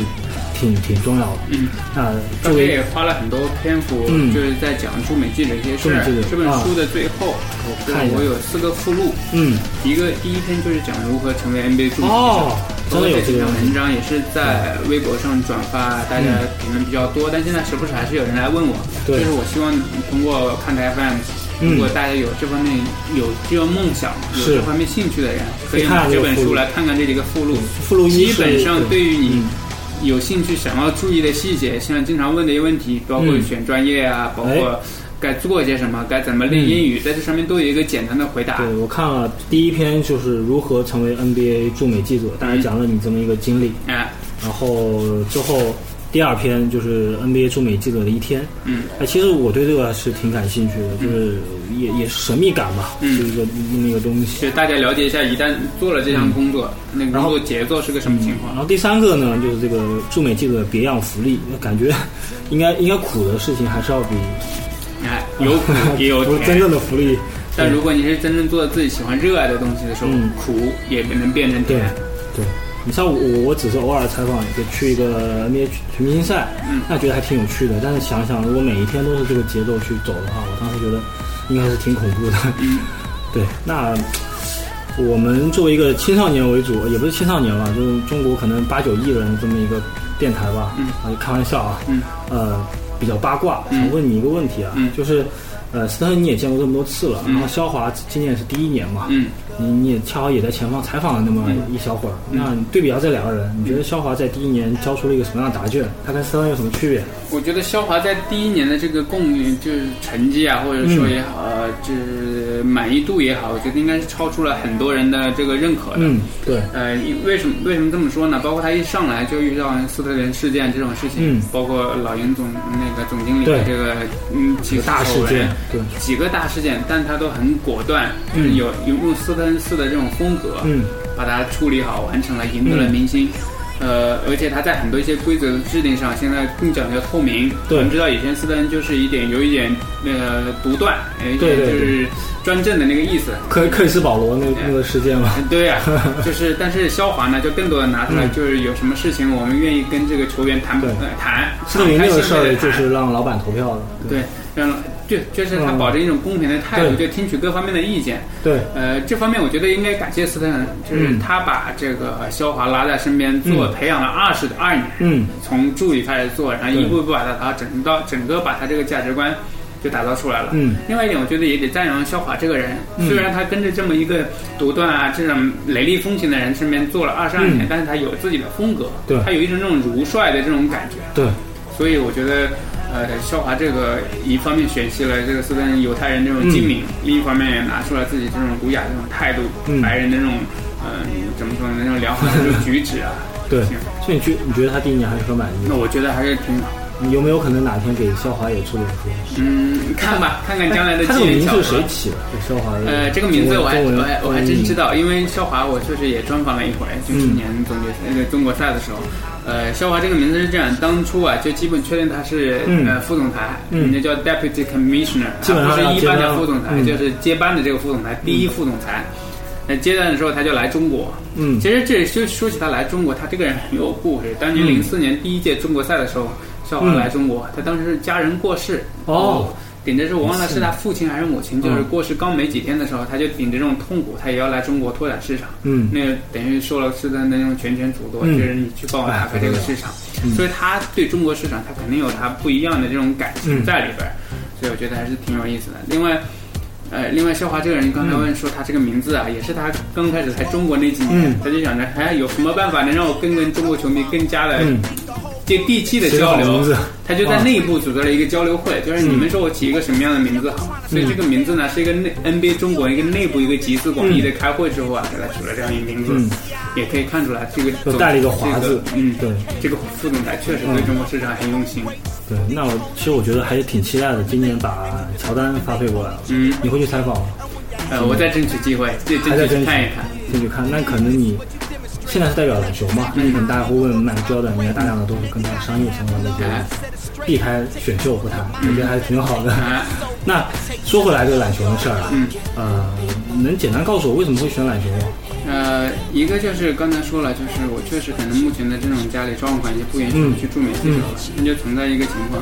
Speaker 2: 挺挺重要的。
Speaker 3: 嗯，
Speaker 2: 那
Speaker 3: 这
Speaker 2: 作
Speaker 3: 边
Speaker 2: 为
Speaker 3: 也花了很多篇幅，
Speaker 2: 嗯
Speaker 3: 就是在讲驻美记者一些
Speaker 2: 驻
Speaker 3: 事
Speaker 2: 美
Speaker 3: 儿
Speaker 2: 记者。
Speaker 3: 这本
Speaker 2: 啊
Speaker 3: 书的最后，我
Speaker 2: 看一下
Speaker 3: 我有四个附录，
Speaker 2: 嗯
Speaker 3: 一个第一篇就是讲如何成为 NBA 驻美记者。
Speaker 2: 哦，
Speaker 3: 包
Speaker 2: 真
Speaker 3: 括
Speaker 2: 的有
Speaker 3: 这
Speaker 2: 这个
Speaker 3: 几篇
Speaker 2: 问题
Speaker 3: 文章也是在微博上转发，大家评论比较多，但现在时不时还是有人来问我，就
Speaker 2: 嗯对嗯
Speaker 3: 是我希望通过看台 FM，如果大家有这方面有这种梦想、有
Speaker 2: 是
Speaker 3: 这方面兴趣的人，可以
Speaker 2: 可以看看
Speaker 3: 买这
Speaker 2: 这个
Speaker 3: 本
Speaker 2: 附
Speaker 3: 书
Speaker 2: 录
Speaker 3: 来看看这几个附录。
Speaker 2: 附录一
Speaker 3: 基
Speaker 2: 是
Speaker 3: 本上对
Speaker 2: 对
Speaker 3: 于你
Speaker 2: 嗯
Speaker 3: 有兴趣、想要注意的细节，像经常问的一些问题，包括
Speaker 2: 嗯
Speaker 3: 选专业啊，包
Speaker 2: 哎
Speaker 3: 括该做些什么，该怎么练英语，在这上面都有一个简单的回答。
Speaker 2: 对，我看了第一篇就是如何成为 NBA 驻美记
Speaker 3: 嗯
Speaker 2: 者，大概讲了你这么一个经历。
Speaker 3: 哎，
Speaker 2: 然后之后第二篇就是 NBA 驻美记者的一天。
Speaker 3: 嗯，
Speaker 2: 哎，其实我对这个是挺感兴趣的，就是也也是神秘感吧，
Speaker 3: 嗯
Speaker 2: 是一个那个东西。
Speaker 3: 就大家了解一下，一旦做了这项工作，那个
Speaker 2: 然
Speaker 3: 工
Speaker 2: 后
Speaker 3: 作节奏是个什么情况
Speaker 2: 然？后第三个呢，就是这个驻美记者的别样福利，感觉应该应该苦的事情还是要比
Speaker 3: 哎，有苦也有
Speaker 2: 不是真
Speaker 3: 甜。
Speaker 2: 正的福利。
Speaker 3: 但如果你是真正做自己喜欢、热爱的东西的时候
Speaker 2: 嗯，
Speaker 3: 苦也能变成
Speaker 2: 对
Speaker 3: 甜。
Speaker 2: 对，你像我，我我只是偶尔采访，就去一个 NBA 全明星赛，
Speaker 3: 嗯
Speaker 2: 那觉得还挺有趣的。但是想想，如果每一天都是这个节奏去走的话，我当时觉得应该是挺恐怖的。
Speaker 3: 嗯，
Speaker 2: 对，那我们作为一个青少年为主，也不是青少年吧，就是中国可能八九亿人这么一个电台吧，
Speaker 3: 嗯
Speaker 2: 啊，开玩笑啊，
Speaker 3: 嗯，
Speaker 2: 呃，比较八卦，
Speaker 3: 嗯
Speaker 2: 想问你一个问题啊，
Speaker 3: 嗯
Speaker 2: 就是。呃，斯特恩你也见过这么多次了，
Speaker 3: 嗯
Speaker 2: 然后肖华今年是第一年嘛，
Speaker 3: 嗯，
Speaker 2: 你你也恰好也在前方采访了那么一小会儿，那你对比一下这两个人，你觉
Speaker 3: 嗯
Speaker 2: 得肖华在第一年交出了一个什么样的答卷？他跟斯恩有什么区别？
Speaker 3: 我觉得肖华在第一年的这个贡就是成绩啊，或者说也好，呃就是满意度也好，我觉得应该是超出了很多人的这个认可的。
Speaker 2: 嗯，对，
Speaker 3: 呃，因为什么为什么这么说呢？包括他一上来就遇到斯特林事件这种事情，
Speaker 2: 嗯
Speaker 3: 包括老袁总那个总经理的
Speaker 2: 对
Speaker 3: 这个嗯
Speaker 2: 这
Speaker 3: 几
Speaker 2: 个大事
Speaker 3: 丑闻
Speaker 2: 件，对，
Speaker 3: 几个大事件，但他都很果断，
Speaker 2: 嗯
Speaker 3: 就是有有用斯特恩斯的这种风格，
Speaker 2: 嗯，
Speaker 3: 把它处理好，完成了，赢得了
Speaker 2: 嗯
Speaker 3: 明星。呃，而且他在很多一些规则的制定上，现在更讲究透明。
Speaker 2: 对
Speaker 3: 我们知道以前斯特恩就是一点有一点呃独断，有一
Speaker 2: 对
Speaker 3: 点
Speaker 2: 对对
Speaker 3: 就是专政的那个
Speaker 2: [LAUGHS]
Speaker 3: 意思。
Speaker 2: 克克里斯保罗那
Speaker 3: 哎
Speaker 2: 那个事件嘛，
Speaker 3: 嗯对呀、就是但是肖华呢，就更多的拿出来，
Speaker 2: 嗯
Speaker 3: 就是有什么事情我们愿意跟这个球员谈
Speaker 2: 对
Speaker 3: 呃谈，
Speaker 2: 斯特林那个事
Speaker 3: 敞开
Speaker 2: 儿
Speaker 3: 心扉地谈
Speaker 2: 就是让老板投票的，
Speaker 3: 对，让就就是他
Speaker 2: 嗯
Speaker 3: 保证一种公平的态度，
Speaker 2: 对
Speaker 3: 就听取各方面的意见。
Speaker 2: 对，
Speaker 3: 呃，这方面我觉得应该感谢斯特恩，就是
Speaker 2: 嗯
Speaker 3: 他把这个肖华拉在身边做
Speaker 2: 嗯
Speaker 3: 培养了二十二年，
Speaker 2: 嗯
Speaker 3: 从助理开始做，然后
Speaker 2: 对
Speaker 3: 一步一步把他他整到整个把他这个价值观就打造出来了。
Speaker 2: 嗯，
Speaker 3: 另外一点，我觉得也得赞扬肖华这个人，虽然他跟着这么一个独断啊、这种雷厉风行的人身边做了二十二年，
Speaker 2: 嗯
Speaker 3: 但是他有自己的风格，
Speaker 2: 对
Speaker 3: 他有一种那种儒帅的这种感觉。
Speaker 2: 对，
Speaker 3: 所以我觉得，呃，肖华这个一方面学习了这个斯丹犹太人这种精明，另一方面也拿出了自己这种儒雅的这种态度，
Speaker 2: 嗯，
Speaker 3: 白人的这种，嗯、怎么说呢，那种良好的这种举止啊
Speaker 2: 对
Speaker 3: 行，
Speaker 2: 所以你觉你觉得他第一年还是很满意
Speaker 3: 那？我觉得还是挺好。
Speaker 2: 你有没有可能哪天给肖华也出点书？
Speaker 3: 嗯，看吧，看看将来的
Speaker 2: 他这
Speaker 3: 机
Speaker 2: 个
Speaker 3: 缘
Speaker 2: 名
Speaker 3: 巧
Speaker 2: 字
Speaker 3: 合。
Speaker 2: 是谁起的？给肖华的
Speaker 3: 呃，这个名字我还
Speaker 2: 中文
Speaker 3: 我还我还真知。道，因为肖华我确实也专访了一回，就去
Speaker 2: 嗯
Speaker 3: 年总决赛那个中国赛的时候，呃，肖华这个名字是这样，当初啊就基本确定他是
Speaker 2: 嗯
Speaker 3: 呃副总裁，
Speaker 2: 嗯
Speaker 3: 人家叫 deputy commissioner，
Speaker 2: 基本上
Speaker 3: 他不
Speaker 2: 要
Speaker 3: 是一
Speaker 2: 接
Speaker 3: 般的
Speaker 2: 班
Speaker 3: 副总裁，
Speaker 2: 嗯
Speaker 3: 就是接班的这个副总裁，第一副总裁。那接班的时候他就来中国，
Speaker 2: 嗯
Speaker 3: 其实这就说起他来中国，他这个人很有故事。当年
Speaker 2: 嗯
Speaker 3: 零四年第一届中国赛的时候，肖华
Speaker 2: 嗯
Speaker 3: 来中国，他当时是家人过世
Speaker 2: 哦
Speaker 3: 顶着是我忘了是他父亲还是母亲，就是
Speaker 2: 嗯
Speaker 3: 过世刚没几天的时候，他就顶着这种痛苦，他也要来中国拓展市场。
Speaker 2: 嗯
Speaker 3: 那个等于受了是他那种拳拳主导，
Speaker 2: 嗯
Speaker 3: 就是你去帮我打开这个市场，所以他对中国市场他肯定有他不一样的这种感情
Speaker 2: 嗯
Speaker 3: 在里边儿，所以我觉得还是挺有意思的。另外。呃，另外，肖华这个人，刚
Speaker 2: 嗯
Speaker 3: 才问说他这个名字啊，也是他刚开始来中国那几年，
Speaker 2: 嗯
Speaker 3: 他就想着，哎，有什么办法能让我跟跟中国球迷更加的
Speaker 2: 嗯
Speaker 3: 接地气的交
Speaker 2: 谁好名
Speaker 3: 流
Speaker 2: 字？嗯
Speaker 3: 他就在内部组织了一个交流会，就是你们说我起一个什么样的名字好？所以这个名字呢，是一个内 NBA 中国一个内部一个集思广益的开会之后啊，给他取了这样一个名字。
Speaker 2: 嗯
Speaker 3: 也可以看出来，这个
Speaker 2: 就
Speaker 3: 总
Speaker 2: 带了一个华字
Speaker 3: 这个嗯，
Speaker 2: 对，嗯
Speaker 3: 这个副总裁确实对中国市场很用心。
Speaker 2: 对，那我其实我觉得还是挺期待的，今年把乔丹发配过来了。
Speaker 3: 嗯
Speaker 2: 你会去采访吗？
Speaker 3: 呃，我再争取机会，再
Speaker 2: 嗯还在
Speaker 3: 争
Speaker 2: 争取
Speaker 3: 取去看一看。，
Speaker 2: 进去看。那可能你现在是代表篮球嘛，
Speaker 3: 嗯
Speaker 2: 那可能大家会问迈克尔乔丹，应该大量的都是跟他商业相关的一些
Speaker 3: 哎
Speaker 2: 避开选秀不谈，我觉得还挺好的。
Speaker 3: 哎
Speaker 2: 那说回来这个篮球的事儿啊，
Speaker 3: 嗯
Speaker 2: 呃，能简单告诉我为什么会选篮球吗？
Speaker 3: 呃，一个就是刚才说了，就是我确实可能目前的这种家里状况也不允许
Speaker 2: 嗯
Speaker 3: 我去驻美记者了，那、就存在一个情况，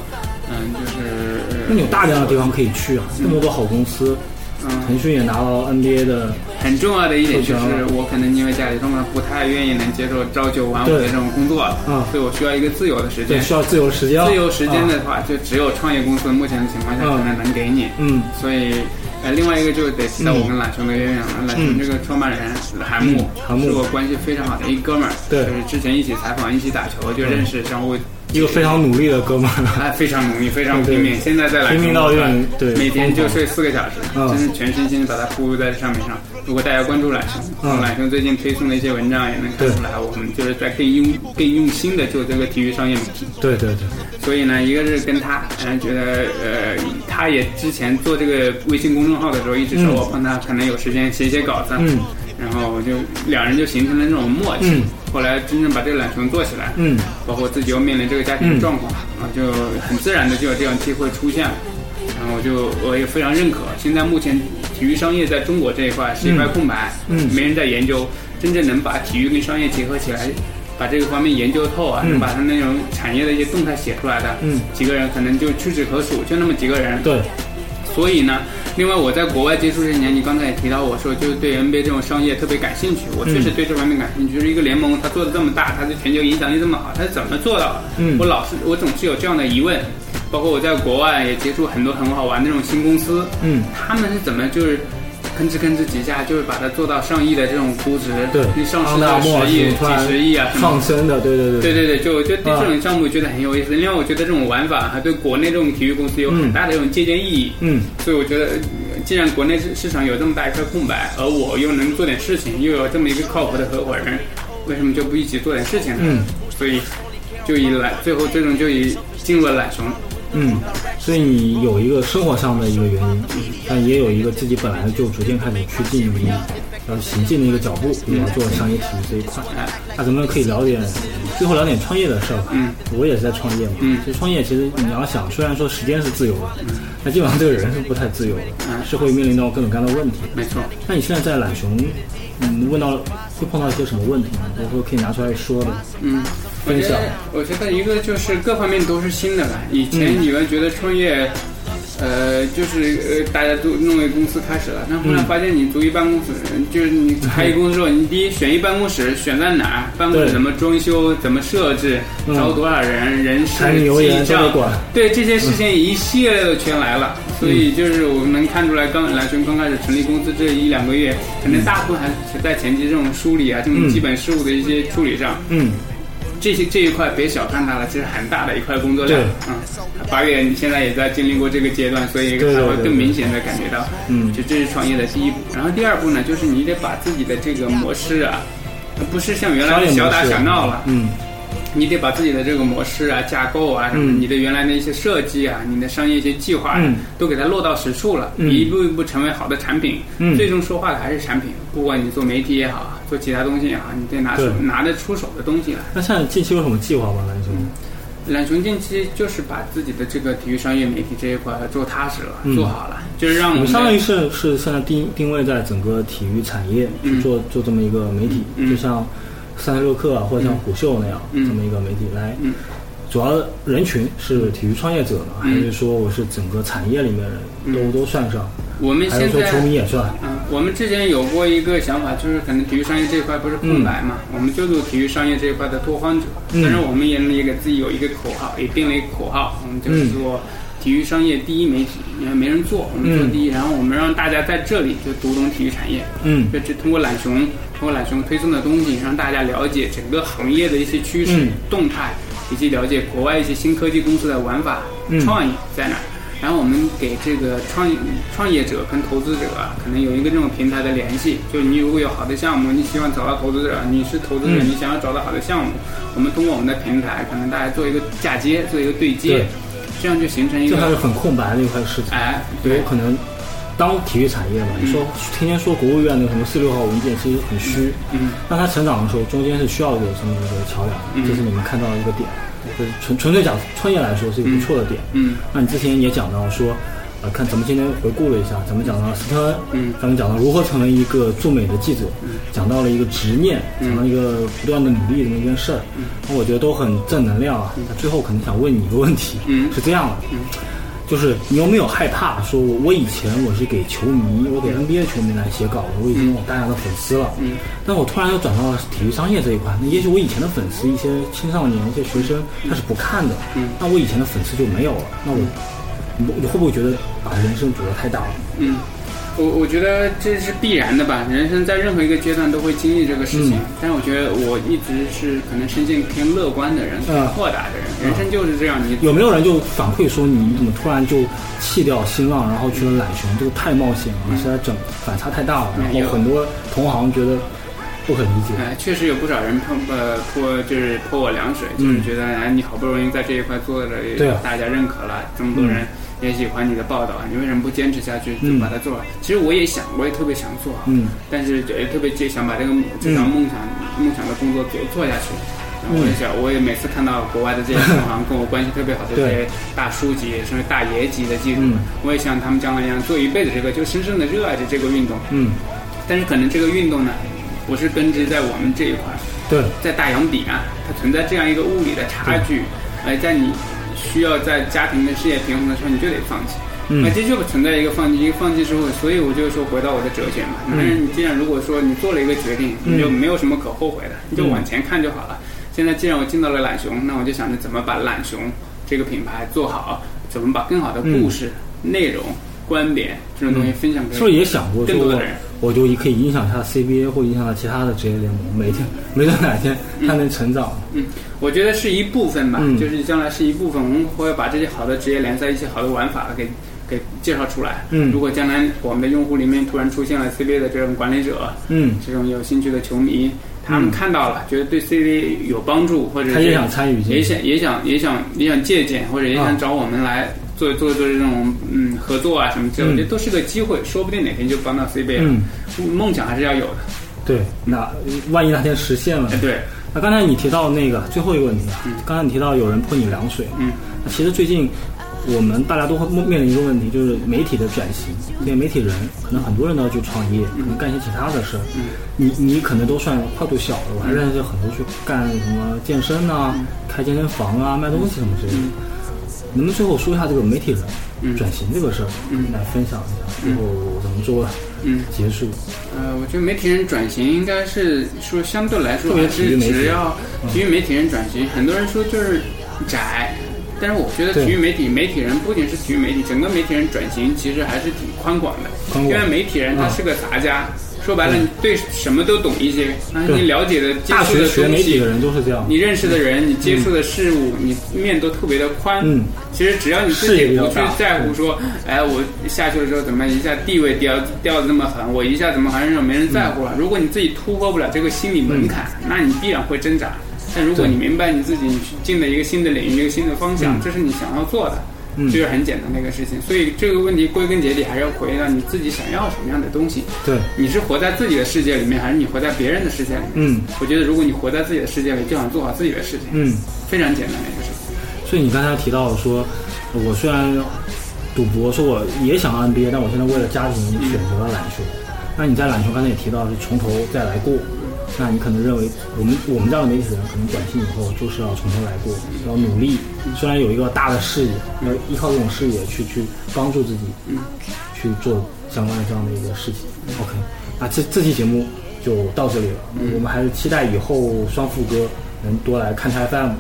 Speaker 3: 嗯、就是呃
Speaker 2: 那你有大量的地方可以去啊，那么多好公司，
Speaker 3: 嗯
Speaker 2: 腾讯也拿到 NBA 的，
Speaker 3: 很重要的一点就
Speaker 2: 受
Speaker 3: 是，
Speaker 2: 伤
Speaker 3: 我可能因为家里状况不太愿意能接受朝九晚五的
Speaker 2: 对
Speaker 3: 这种工作，
Speaker 2: 嗯
Speaker 3: 所以我需要一个自由的时
Speaker 2: 对，
Speaker 3: 间。
Speaker 2: 需要自由时间啊，
Speaker 3: 自由时间
Speaker 2: 啊，
Speaker 3: 的话，就只有创业公司目前的情况下
Speaker 2: 嗯
Speaker 3: 可能能给你。
Speaker 2: 嗯
Speaker 3: 所以，呃，另外一个就得提到我跟懒熊的渊源了。懒熊
Speaker 2: 嗯
Speaker 3: 这个创办人韩木
Speaker 2: 嗯，韩木
Speaker 3: 是我关系非常好的一哥们儿，
Speaker 2: 对嗯
Speaker 3: 就是之前一起采访、一起打球就认识，然后我
Speaker 2: 一个非常努力的哥们
Speaker 3: [LAUGHS]
Speaker 2: 儿，
Speaker 3: 哎，非常努力，非常
Speaker 2: 对
Speaker 3: 拼命，现在在篮
Speaker 2: 拼命到
Speaker 3: 院
Speaker 2: 院，对
Speaker 3: 每天就
Speaker 2: 疯狂
Speaker 3: 睡四个小时，
Speaker 2: 嗯
Speaker 3: 真是全身心地把它投入在这上面上。如果大家关注懒熊，
Speaker 2: 嗯
Speaker 3: 懒熊最近推送的一些文章也能看出来，我们就是在更用更用心的做这个体育商业媒体。
Speaker 2: 对对对，
Speaker 3: 所以呢，一个是跟他，嗯，觉得呃，他也之前做这个微信公众号的时候，一直说
Speaker 2: 嗯
Speaker 3: 我帮他可能有时间写写稿子，啊
Speaker 2: 嗯，
Speaker 3: 然后我就两人就形成了这种默契。
Speaker 2: 嗯
Speaker 3: 后来真正把这个懒熊做起来，
Speaker 2: 嗯，
Speaker 3: 包括自己又面临这个家庭状况啊，就很自然的就有这样机会出现了。然后我就我也非常认可，现在目前体育商业在中国这一块是一块空白，
Speaker 2: 嗯
Speaker 3: 没人在研究，真正能把体育跟商业结合起来，把这个方面研究透啊，
Speaker 2: 嗯
Speaker 3: 能把它那种产业的一些动态写出来的，
Speaker 2: 嗯
Speaker 3: 几个人可能就屈指可数，就那么几个人，
Speaker 2: 对，
Speaker 3: 所以呢，另外我在国外接触这些年，你刚才也提到我说，就是对 NBA 这种商业特别感兴趣。我确实
Speaker 2: 嗯
Speaker 3: 对这方面感兴趣，就是一个联盟它做的这么大，它对全球影响力这么好，它是怎么做到的？
Speaker 2: 嗯
Speaker 3: 我老是我总是有这样的疑问。包括我在国外也接触很多很好玩的那种新公司，
Speaker 2: 嗯
Speaker 3: 他们是怎么就是吭哧吭哧几下，就是把它做到上亿的这种估值，
Speaker 2: 对
Speaker 3: 你，上市
Speaker 2: 安达
Speaker 3: 到
Speaker 2: 莫
Speaker 3: 十亿、
Speaker 2: 是突然啊
Speaker 3: 几十亿啊，什么的
Speaker 2: 放生的，对对对
Speaker 3: 对对对，就我觉得对这种项目觉得很有意思，因为我觉得这种玩法还对国内这种体育公司有很大的这种借鉴意义。
Speaker 2: 嗯，
Speaker 3: 所以我觉得，呃既然国内市市场有这么大一块空白，而我又能做点事情，又有这么一个靠谱的合伙人，为什么就不一起做点事情呢？
Speaker 2: 嗯，
Speaker 3: 所以就以懒，最后最终就以进入了懒熊。
Speaker 2: 嗯，所以你有一个生活上的一个原因，但也有一个自己本来就逐渐开始趋近于要行进的一个脚步，比如要做商业体育这一块。
Speaker 3: 哎
Speaker 2: 那咱们可以聊点，最后聊点创业的事儿吧。
Speaker 3: 嗯，
Speaker 2: 我也是在创业嘛。
Speaker 3: 嗯
Speaker 2: 其实创业其实你要想，虽然说时间是自由的，那基本上这个人是不太自由的，
Speaker 3: 嗯
Speaker 2: 是会面临到各种各样的问题。
Speaker 3: 没错，
Speaker 2: 那你现在在懒熊，嗯，问到会碰到一些什么问题呢？比如说可以拿出来说的，
Speaker 3: 嗯，我
Speaker 2: 分
Speaker 3: 觉
Speaker 2: 享嗯
Speaker 3: 得，我觉得一个就是各方面都是新的吧。以前你们觉得创业，呃，就是呃，大家都弄一个公司开始了，但
Speaker 2: 嗯
Speaker 3: 后来发现你租一办公室，就是你开一公司之后，你第一选一办公室选在哪儿，办公室
Speaker 2: 嗯对
Speaker 3: 怎么装修，怎么设置，
Speaker 2: 嗯
Speaker 3: 招多少人，人事
Speaker 2: 柴米油盐
Speaker 3: 记账
Speaker 2: 都得管嗯
Speaker 3: 对这些事情一系列的全来了。所以就是我们能看出来，刚蓝轩刚开始成立公司这一两个月，可能大部分还是在前期这种梳理啊，这种
Speaker 2: 嗯
Speaker 3: 基本事务的一些处理上。
Speaker 2: 嗯，
Speaker 3: 这些这一块别小看它了，这是很大的一块工作量
Speaker 2: 对。
Speaker 3: 嗯，八月你现在也在经历过这个阶段，所以
Speaker 2: 对对
Speaker 3: 才会
Speaker 2: 对
Speaker 3: 更
Speaker 2: 对
Speaker 3: 明显的感觉到，
Speaker 2: 嗯
Speaker 3: 就这是创业的第一步。然后第二步呢，就是你得把自己的这个模式啊，不是像原来
Speaker 2: 商
Speaker 3: 的
Speaker 2: 业
Speaker 3: 小
Speaker 2: 模
Speaker 3: 打
Speaker 2: 式
Speaker 3: 小闹了，
Speaker 2: 嗯，
Speaker 3: 你得把自己的这个模式啊、架构啊，什么
Speaker 2: 嗯
Speaker 3: 你的原来的一些设计啊、你的商业一些计划、啊，
Speaker 2: 嗯
Speaker 3: 都给它落到实处了，
Speaker 2: 嗯
Speaker 3: 一步一步成为好的产品。
Speaker 2: 嗯
Speaker 3: 最终说话的还是产品，不管你做媒体也好，做其他东西也好，你得拿手
Speaker 2: 对
Speaker 3: 拿得出手的东西来。
Speaker 2: 那现在近期有什么计划吗？蓝兄？
Speaker 3: 嗯懒熊近期就是把自己的这个体育商业媒体这一块做踏实了，
Speaker 2: 嗯
Speaker 3: 做好了，就是让我
Speaker 2: 我
Speaker 3: 们
Speaker 2: 们
Speaker 3: 的
Speaker 2: 相当于是是现在定定位在整个体育产业
Speaker 3: 嗯
Speaker 2: 去做做这么一个媒体，
Speaker 3: 嗯
Speaker 2: 就像三十六氪啊，或者像虎嗅那样、
Speaker 3: 嗯
Speaker 2: 这么一个媒体来。
Speaker 3: 嗯
Speaker 2: 主要人群是体育创业者呢，
Speaker 3: 嗯
Speaker 2: 还是说我是整个产业里面的人都、
Speaker 3: 嗯
Speaker 2: 都算上？
Speaker 3: 我们
Speaker 2: 还是
Speaker 3: 现
Speaker 2: 说
Speaker 3: 在
Speaker 2: 球迷也算？
Speaker 3: 嗯，我们之前有过一个想法，就是可能体育商业这一块不是空白嘛，我们就做体育商业这一块的拓荒者。
Speaker 2: 嗯
Speaker 3: 但是我们也也给自己有一个口号，也定了一个口号，我们就是做体育商业第一媒体，因为没人做，我们做第一，然后我们让大家在这里就读懂体育产业，
Speaker 2: 嗯
Speaker 3: 就只通过懒熊，通过懒熊推送的东西，让大家了解整个行业的一些趋势、
Speaker 2: 嗯
Speaker 3: 动态，以及了解国外一些新科技公司的玩法、
Speaker 2: 嗯
Speaker 3: 创意在哪儿。然后我们给这个创业创业者跟投资者啊，可能有一个这种平台的联系。就你如果有好的项目，你希望找到投资者，你是投资者，
Speaker 2: 嗯
Speaker 3: 你想要找到好的项目，我们通过我们的平台，可能大家做一个嫁接，做一个对接，
Speaker 2: 对
Speaker 3: 这样就形成一
Speaker 2: 这还是
Speaker 3: 个
Speaker 2: 很空白的一块市场。
Speaker 3: 哎，
Speaker 2: 有
Speaker 3: 对，
Speaker 2: 可能当体育产业嘛，你说天天说国务院的什么四六号文件，其实很虚。
Speaker 3: 嗯，
Speaker 2: 那它成长的时候，中间是需要有这么一个桥梁，
Speaker 3: 嗯
Speaker 2: 这是你们看到的一个点。就是纯纯粹讲创业来说是一个不错的点。
Speaker 3: 嗯
Speaker 2: 那你之前也讲到说，呃，看咱们今天回顾了一下，咱们讲到斯特恩，
Speaker 3: 嗯
Speaker 2: 咱们讲到如何成为一个驻美的记者，讲到了一个执念，
Speaker 3: 嗯
Speaker 2: 讲到一个不断的努力这么一件事儿，那我觉得都很正能量啊。那最后可能想问你一个问题，
Speaker 3: 嗯
Speaker 2: 是这样的，就是你有没有害怕说我，我以前我是给球迷，我给 NBA 球迷来写稿的，我已经有大量的粉丝了，
Speaker 3: 嗯
Speaker 2: 但我突然又转到了体育商业这一块，那也许我以前的粉丝，一些青少年、一些学生，他是不看的，
Speaker 3: 嗯
Speaker 2: 那我以前的粉丝就没有了，那我，你你会不会觉得把人生主得太大了？
Speaker 3: 嗯，我我觉得这是必然的吧，人生在任何一个阶段都会经历这个事情。
Speaker 2: 嗯
Speaker 3: 但是我觉得我一直是可能深陷偏乐观的人，
Speaker 2: 嗯
Speaker 3: 豁达的人，人生就是这样，你
Speaker 2: 有没有人就反馈说你怎么突然就弃掉新浪，然后去了懒熊，这个太冒险了，实在整反差太大了，然
Speaker 3: 没嗯有
Speaker 2: 后很多同行觉得不可理解，
Speaker 3: 呃，确实有不少人碰呃泼就是泼我凉水，就是
Speaker 2: 嗯
Speaker 3: 觉得哎，你好不容易在这一块做的，
Speaker 2: 对啊
Speaker 3: 大家认可了，这么多人也喜欢你的报道，你为什么不坚持下去就
Speaker 2: 嗯
Speaker 3: 把它做好？其实我也想，我也特别想做好，
Speaker 2: 嗯
Speaker 3: 但是也特别就想把这个这场梦想、梦想的工作给做下去。然后我也
Speaker 2: 嗯
Speaker 3: 想，我也每次看到国外的这些同行跟我关系特别好的这些
Speaker 2: 对
Speaker 3: 大叔级，甚至大爷级的记者，
Speaker 2: 嗯
Speaker 3: 我也像他们将来一样做一辈子这个，就深深的热爱着这个运动。
Speaker 2: 嗯，
Speaker 3: 但是可能这个运动呢，不是根植在我们这一块儿，
Speaker 2: 对，
Speaker 3: 在大洋彼岸，它存在这样一个物理的差距，而在你需要在家庭跟事业平衡的时候，你就得放弃。
Speaker 2: 嗯
Speaker 3: 那这就存在一个放弃，一个放弃之后，所以我就说回到我的哲学嘛。男人，你既然如果说你做了一个决定，
Speaker 2: 嗯
Speaker 3: 你就没有什么可后悔的，你就往前看就好了。现在既然我进到了懒熊，那我就想着怎么把懒熊这个品牌做好，怎么把更好的故事、内容、观点这种东西分享给
Speaker 2: 嗯是不是也想过
Speaker 3: 更
Speaker 2: 说
Speaker 3: 多
Speaker 2: 我
Speaker 3: 的人？
Speaker 2: 我就可以影响一下 CBA 或影响到其他的职业联盟，每天没准哪天他能成长。
Speaker 3: 嗯，我觉得是一部分吧，
Speaker 2: 嗯
Speaker 3: 就是将来是一部分，我们会把这些好的职业联赛、一些好的玩法给给介绍出来。
Speaker 2: 嗯
Speaker 3: 如果将来我们的用户里面突然出现了 CBA 的这种管理者，
Speaker 2: 嗯，
Speaker 3: 这种有兴趣的球迷，他们看到了，觉得对 CBA 有帮助，或者是
Speaker 2: 他也想参与进去
Speaker 3: 也想也想也想也想借鉴，或者也
Speaker 2: 啊
Speaker 3: 想找我们来做做做这种嗯合作啊什么之类
Speaker 2: 嗯
Speaker 3: 的，我觉得都是个机会，说不定哪天就帮到 CBA 了。梦想还是要有的，
Speaker 2: 对，那万一哪天实现了
Speaker 3: 哎，，对，
Speaker 2: 那刚才你提到那个最后一个问题啊，刚才你提到有人泼你凉水，啊
Speaker 3: 嗯，
Speaker 2: 那其实最近我们大家都会面面临一个问题，就是媒体的转型，因
Speaker 3: 嗯
Speaker 2: 为媒体人可能很多人都要去创业，可能干一些其他的事儿，
Speaker 3: 嗯
Speaker 2: 你你可能都算跨度小的，我还认识很多去干什么健
Speaker 3: 嗯
Speaker 2: 啊身呐、开健身房啊、卖东西什么之类的。能不能最后说一下这个媒体人
Speaker 3: 嗯
Speaker 2: 转型这个事儿，
Speaker 3: 嗯
Speaker 2: 来分享一下，最后怎么做啊
Speaker 3: 嗯，
Speaker 2: 结束？
Speaker 3: 呃，我觉得媒体人转型应该是说相对来说
Speaker 2: 特别
Speaker 3: 还
Speaker 2: 体育
Speaker 3: 是
Speaker 2: 媒体嗯
Speaker 3: 只要体育媒体人转型，很多人说就是窄，但是我觉得
Speaker 2: 对
Speaker 3: 体育媒体媒体人不仅是体育媒体，整个媒体人转型其实还是挺宽广的，
Speaker 2: 宽广
Speaker 3: 因为媒体人他
Speaker 2: 嗯
Speaker 3: 是个杂家。说白了，你对什么都懂一些，那
Speaker 2: 对
Speaker 3: 你了解的、接
Speaker 2: 大
Speaker 3: 触
Speaker 2: 学
Speaker 3: 的
Speaker 2: 学
Speaker 3: 东
Speaker 2: 媒体
Speaker 3: 西
Speaker 2: 的，人都是这样，
Speaker 3: 你认识的人，你接触的事物，你面都特别的宽。
Speaker 2: 嗯，
Speaker 3: 其实只要你自
Speaker 2: 视野
Speaker 3: 己
Speaker 2: 比较
Speaker 3: 不去
Speaker 2: 大嗯
Speaker 3: 在乎说，哎，我下去了之后怎么一下地位掉掉的那么狠，我一下怎么好像让没人在
Speaker 2: 嗯
Speaker 3: 乎了？如果你自己突破不了这个心理门槛，那你必然会挣扎。但如果
Speaker 2: 对
Speaker 3: 你明白你自己你去进了一个新的领域，一个新的方向，
Speaker 2: 嗯
Speaker 3: 这是你想要做的。
Speaker 2: 嗯
Speaker 3: 这是很简单的一个事情，所以这个问题归根结底还是要回到你自己想要什么样的东西。
Speaker 2: 对，
Speaker 3: 你是活在自己的世界里面，还是你活在别人的世界里面？
Speaker 2: 嗯
Speaker 3: 我觉得如果你活在自己的世界里，就想做好自己的事情，
Speaker 2: 嗯。
Speaker 3: 非常简单的一个事情。
Speaker 2: 所以你刚才提到说，我虽然赌博，说我也想 NBA，但我现在为了家庭选择了篮球。那你在篮球刚才也提到是从头再来过，那你可能认为我们我们这样的媒体人可能短期以后就是要从头来过，要努力。虽然有一个大的视野，要依靠这种视野去去帮助自己，去做相关的这样的一个事情。OK，那这这期节目就到这里了。
Speaker 3: 嗯
Speaker 2: 我们还是期待以后双副哥能多来看台 FM，、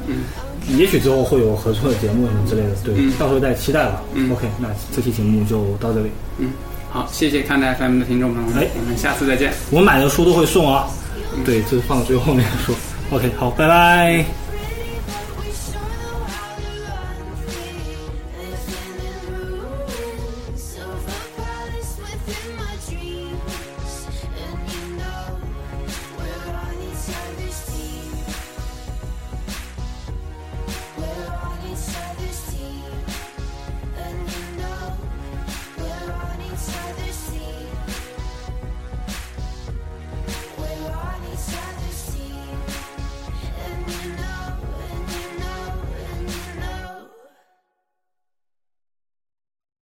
Speaker 2: 也许之后会有合作的节目什么之类的，对，
Speaker 3: 嗯
Speaker 2: 到时候再期待吧。
Speaker 3: 嗯
Speaker 2: OK，那这期节目就到这里。
Speaker 3: 嗯，好，谢谢看待 FM 的听众朋友们，
Speaker 2: 哎
Speaker 3: 我们下次再见。嗯
Speaker 2: 我买的书都会送啊，对，这是放到最后面说。OK，好，拜拜。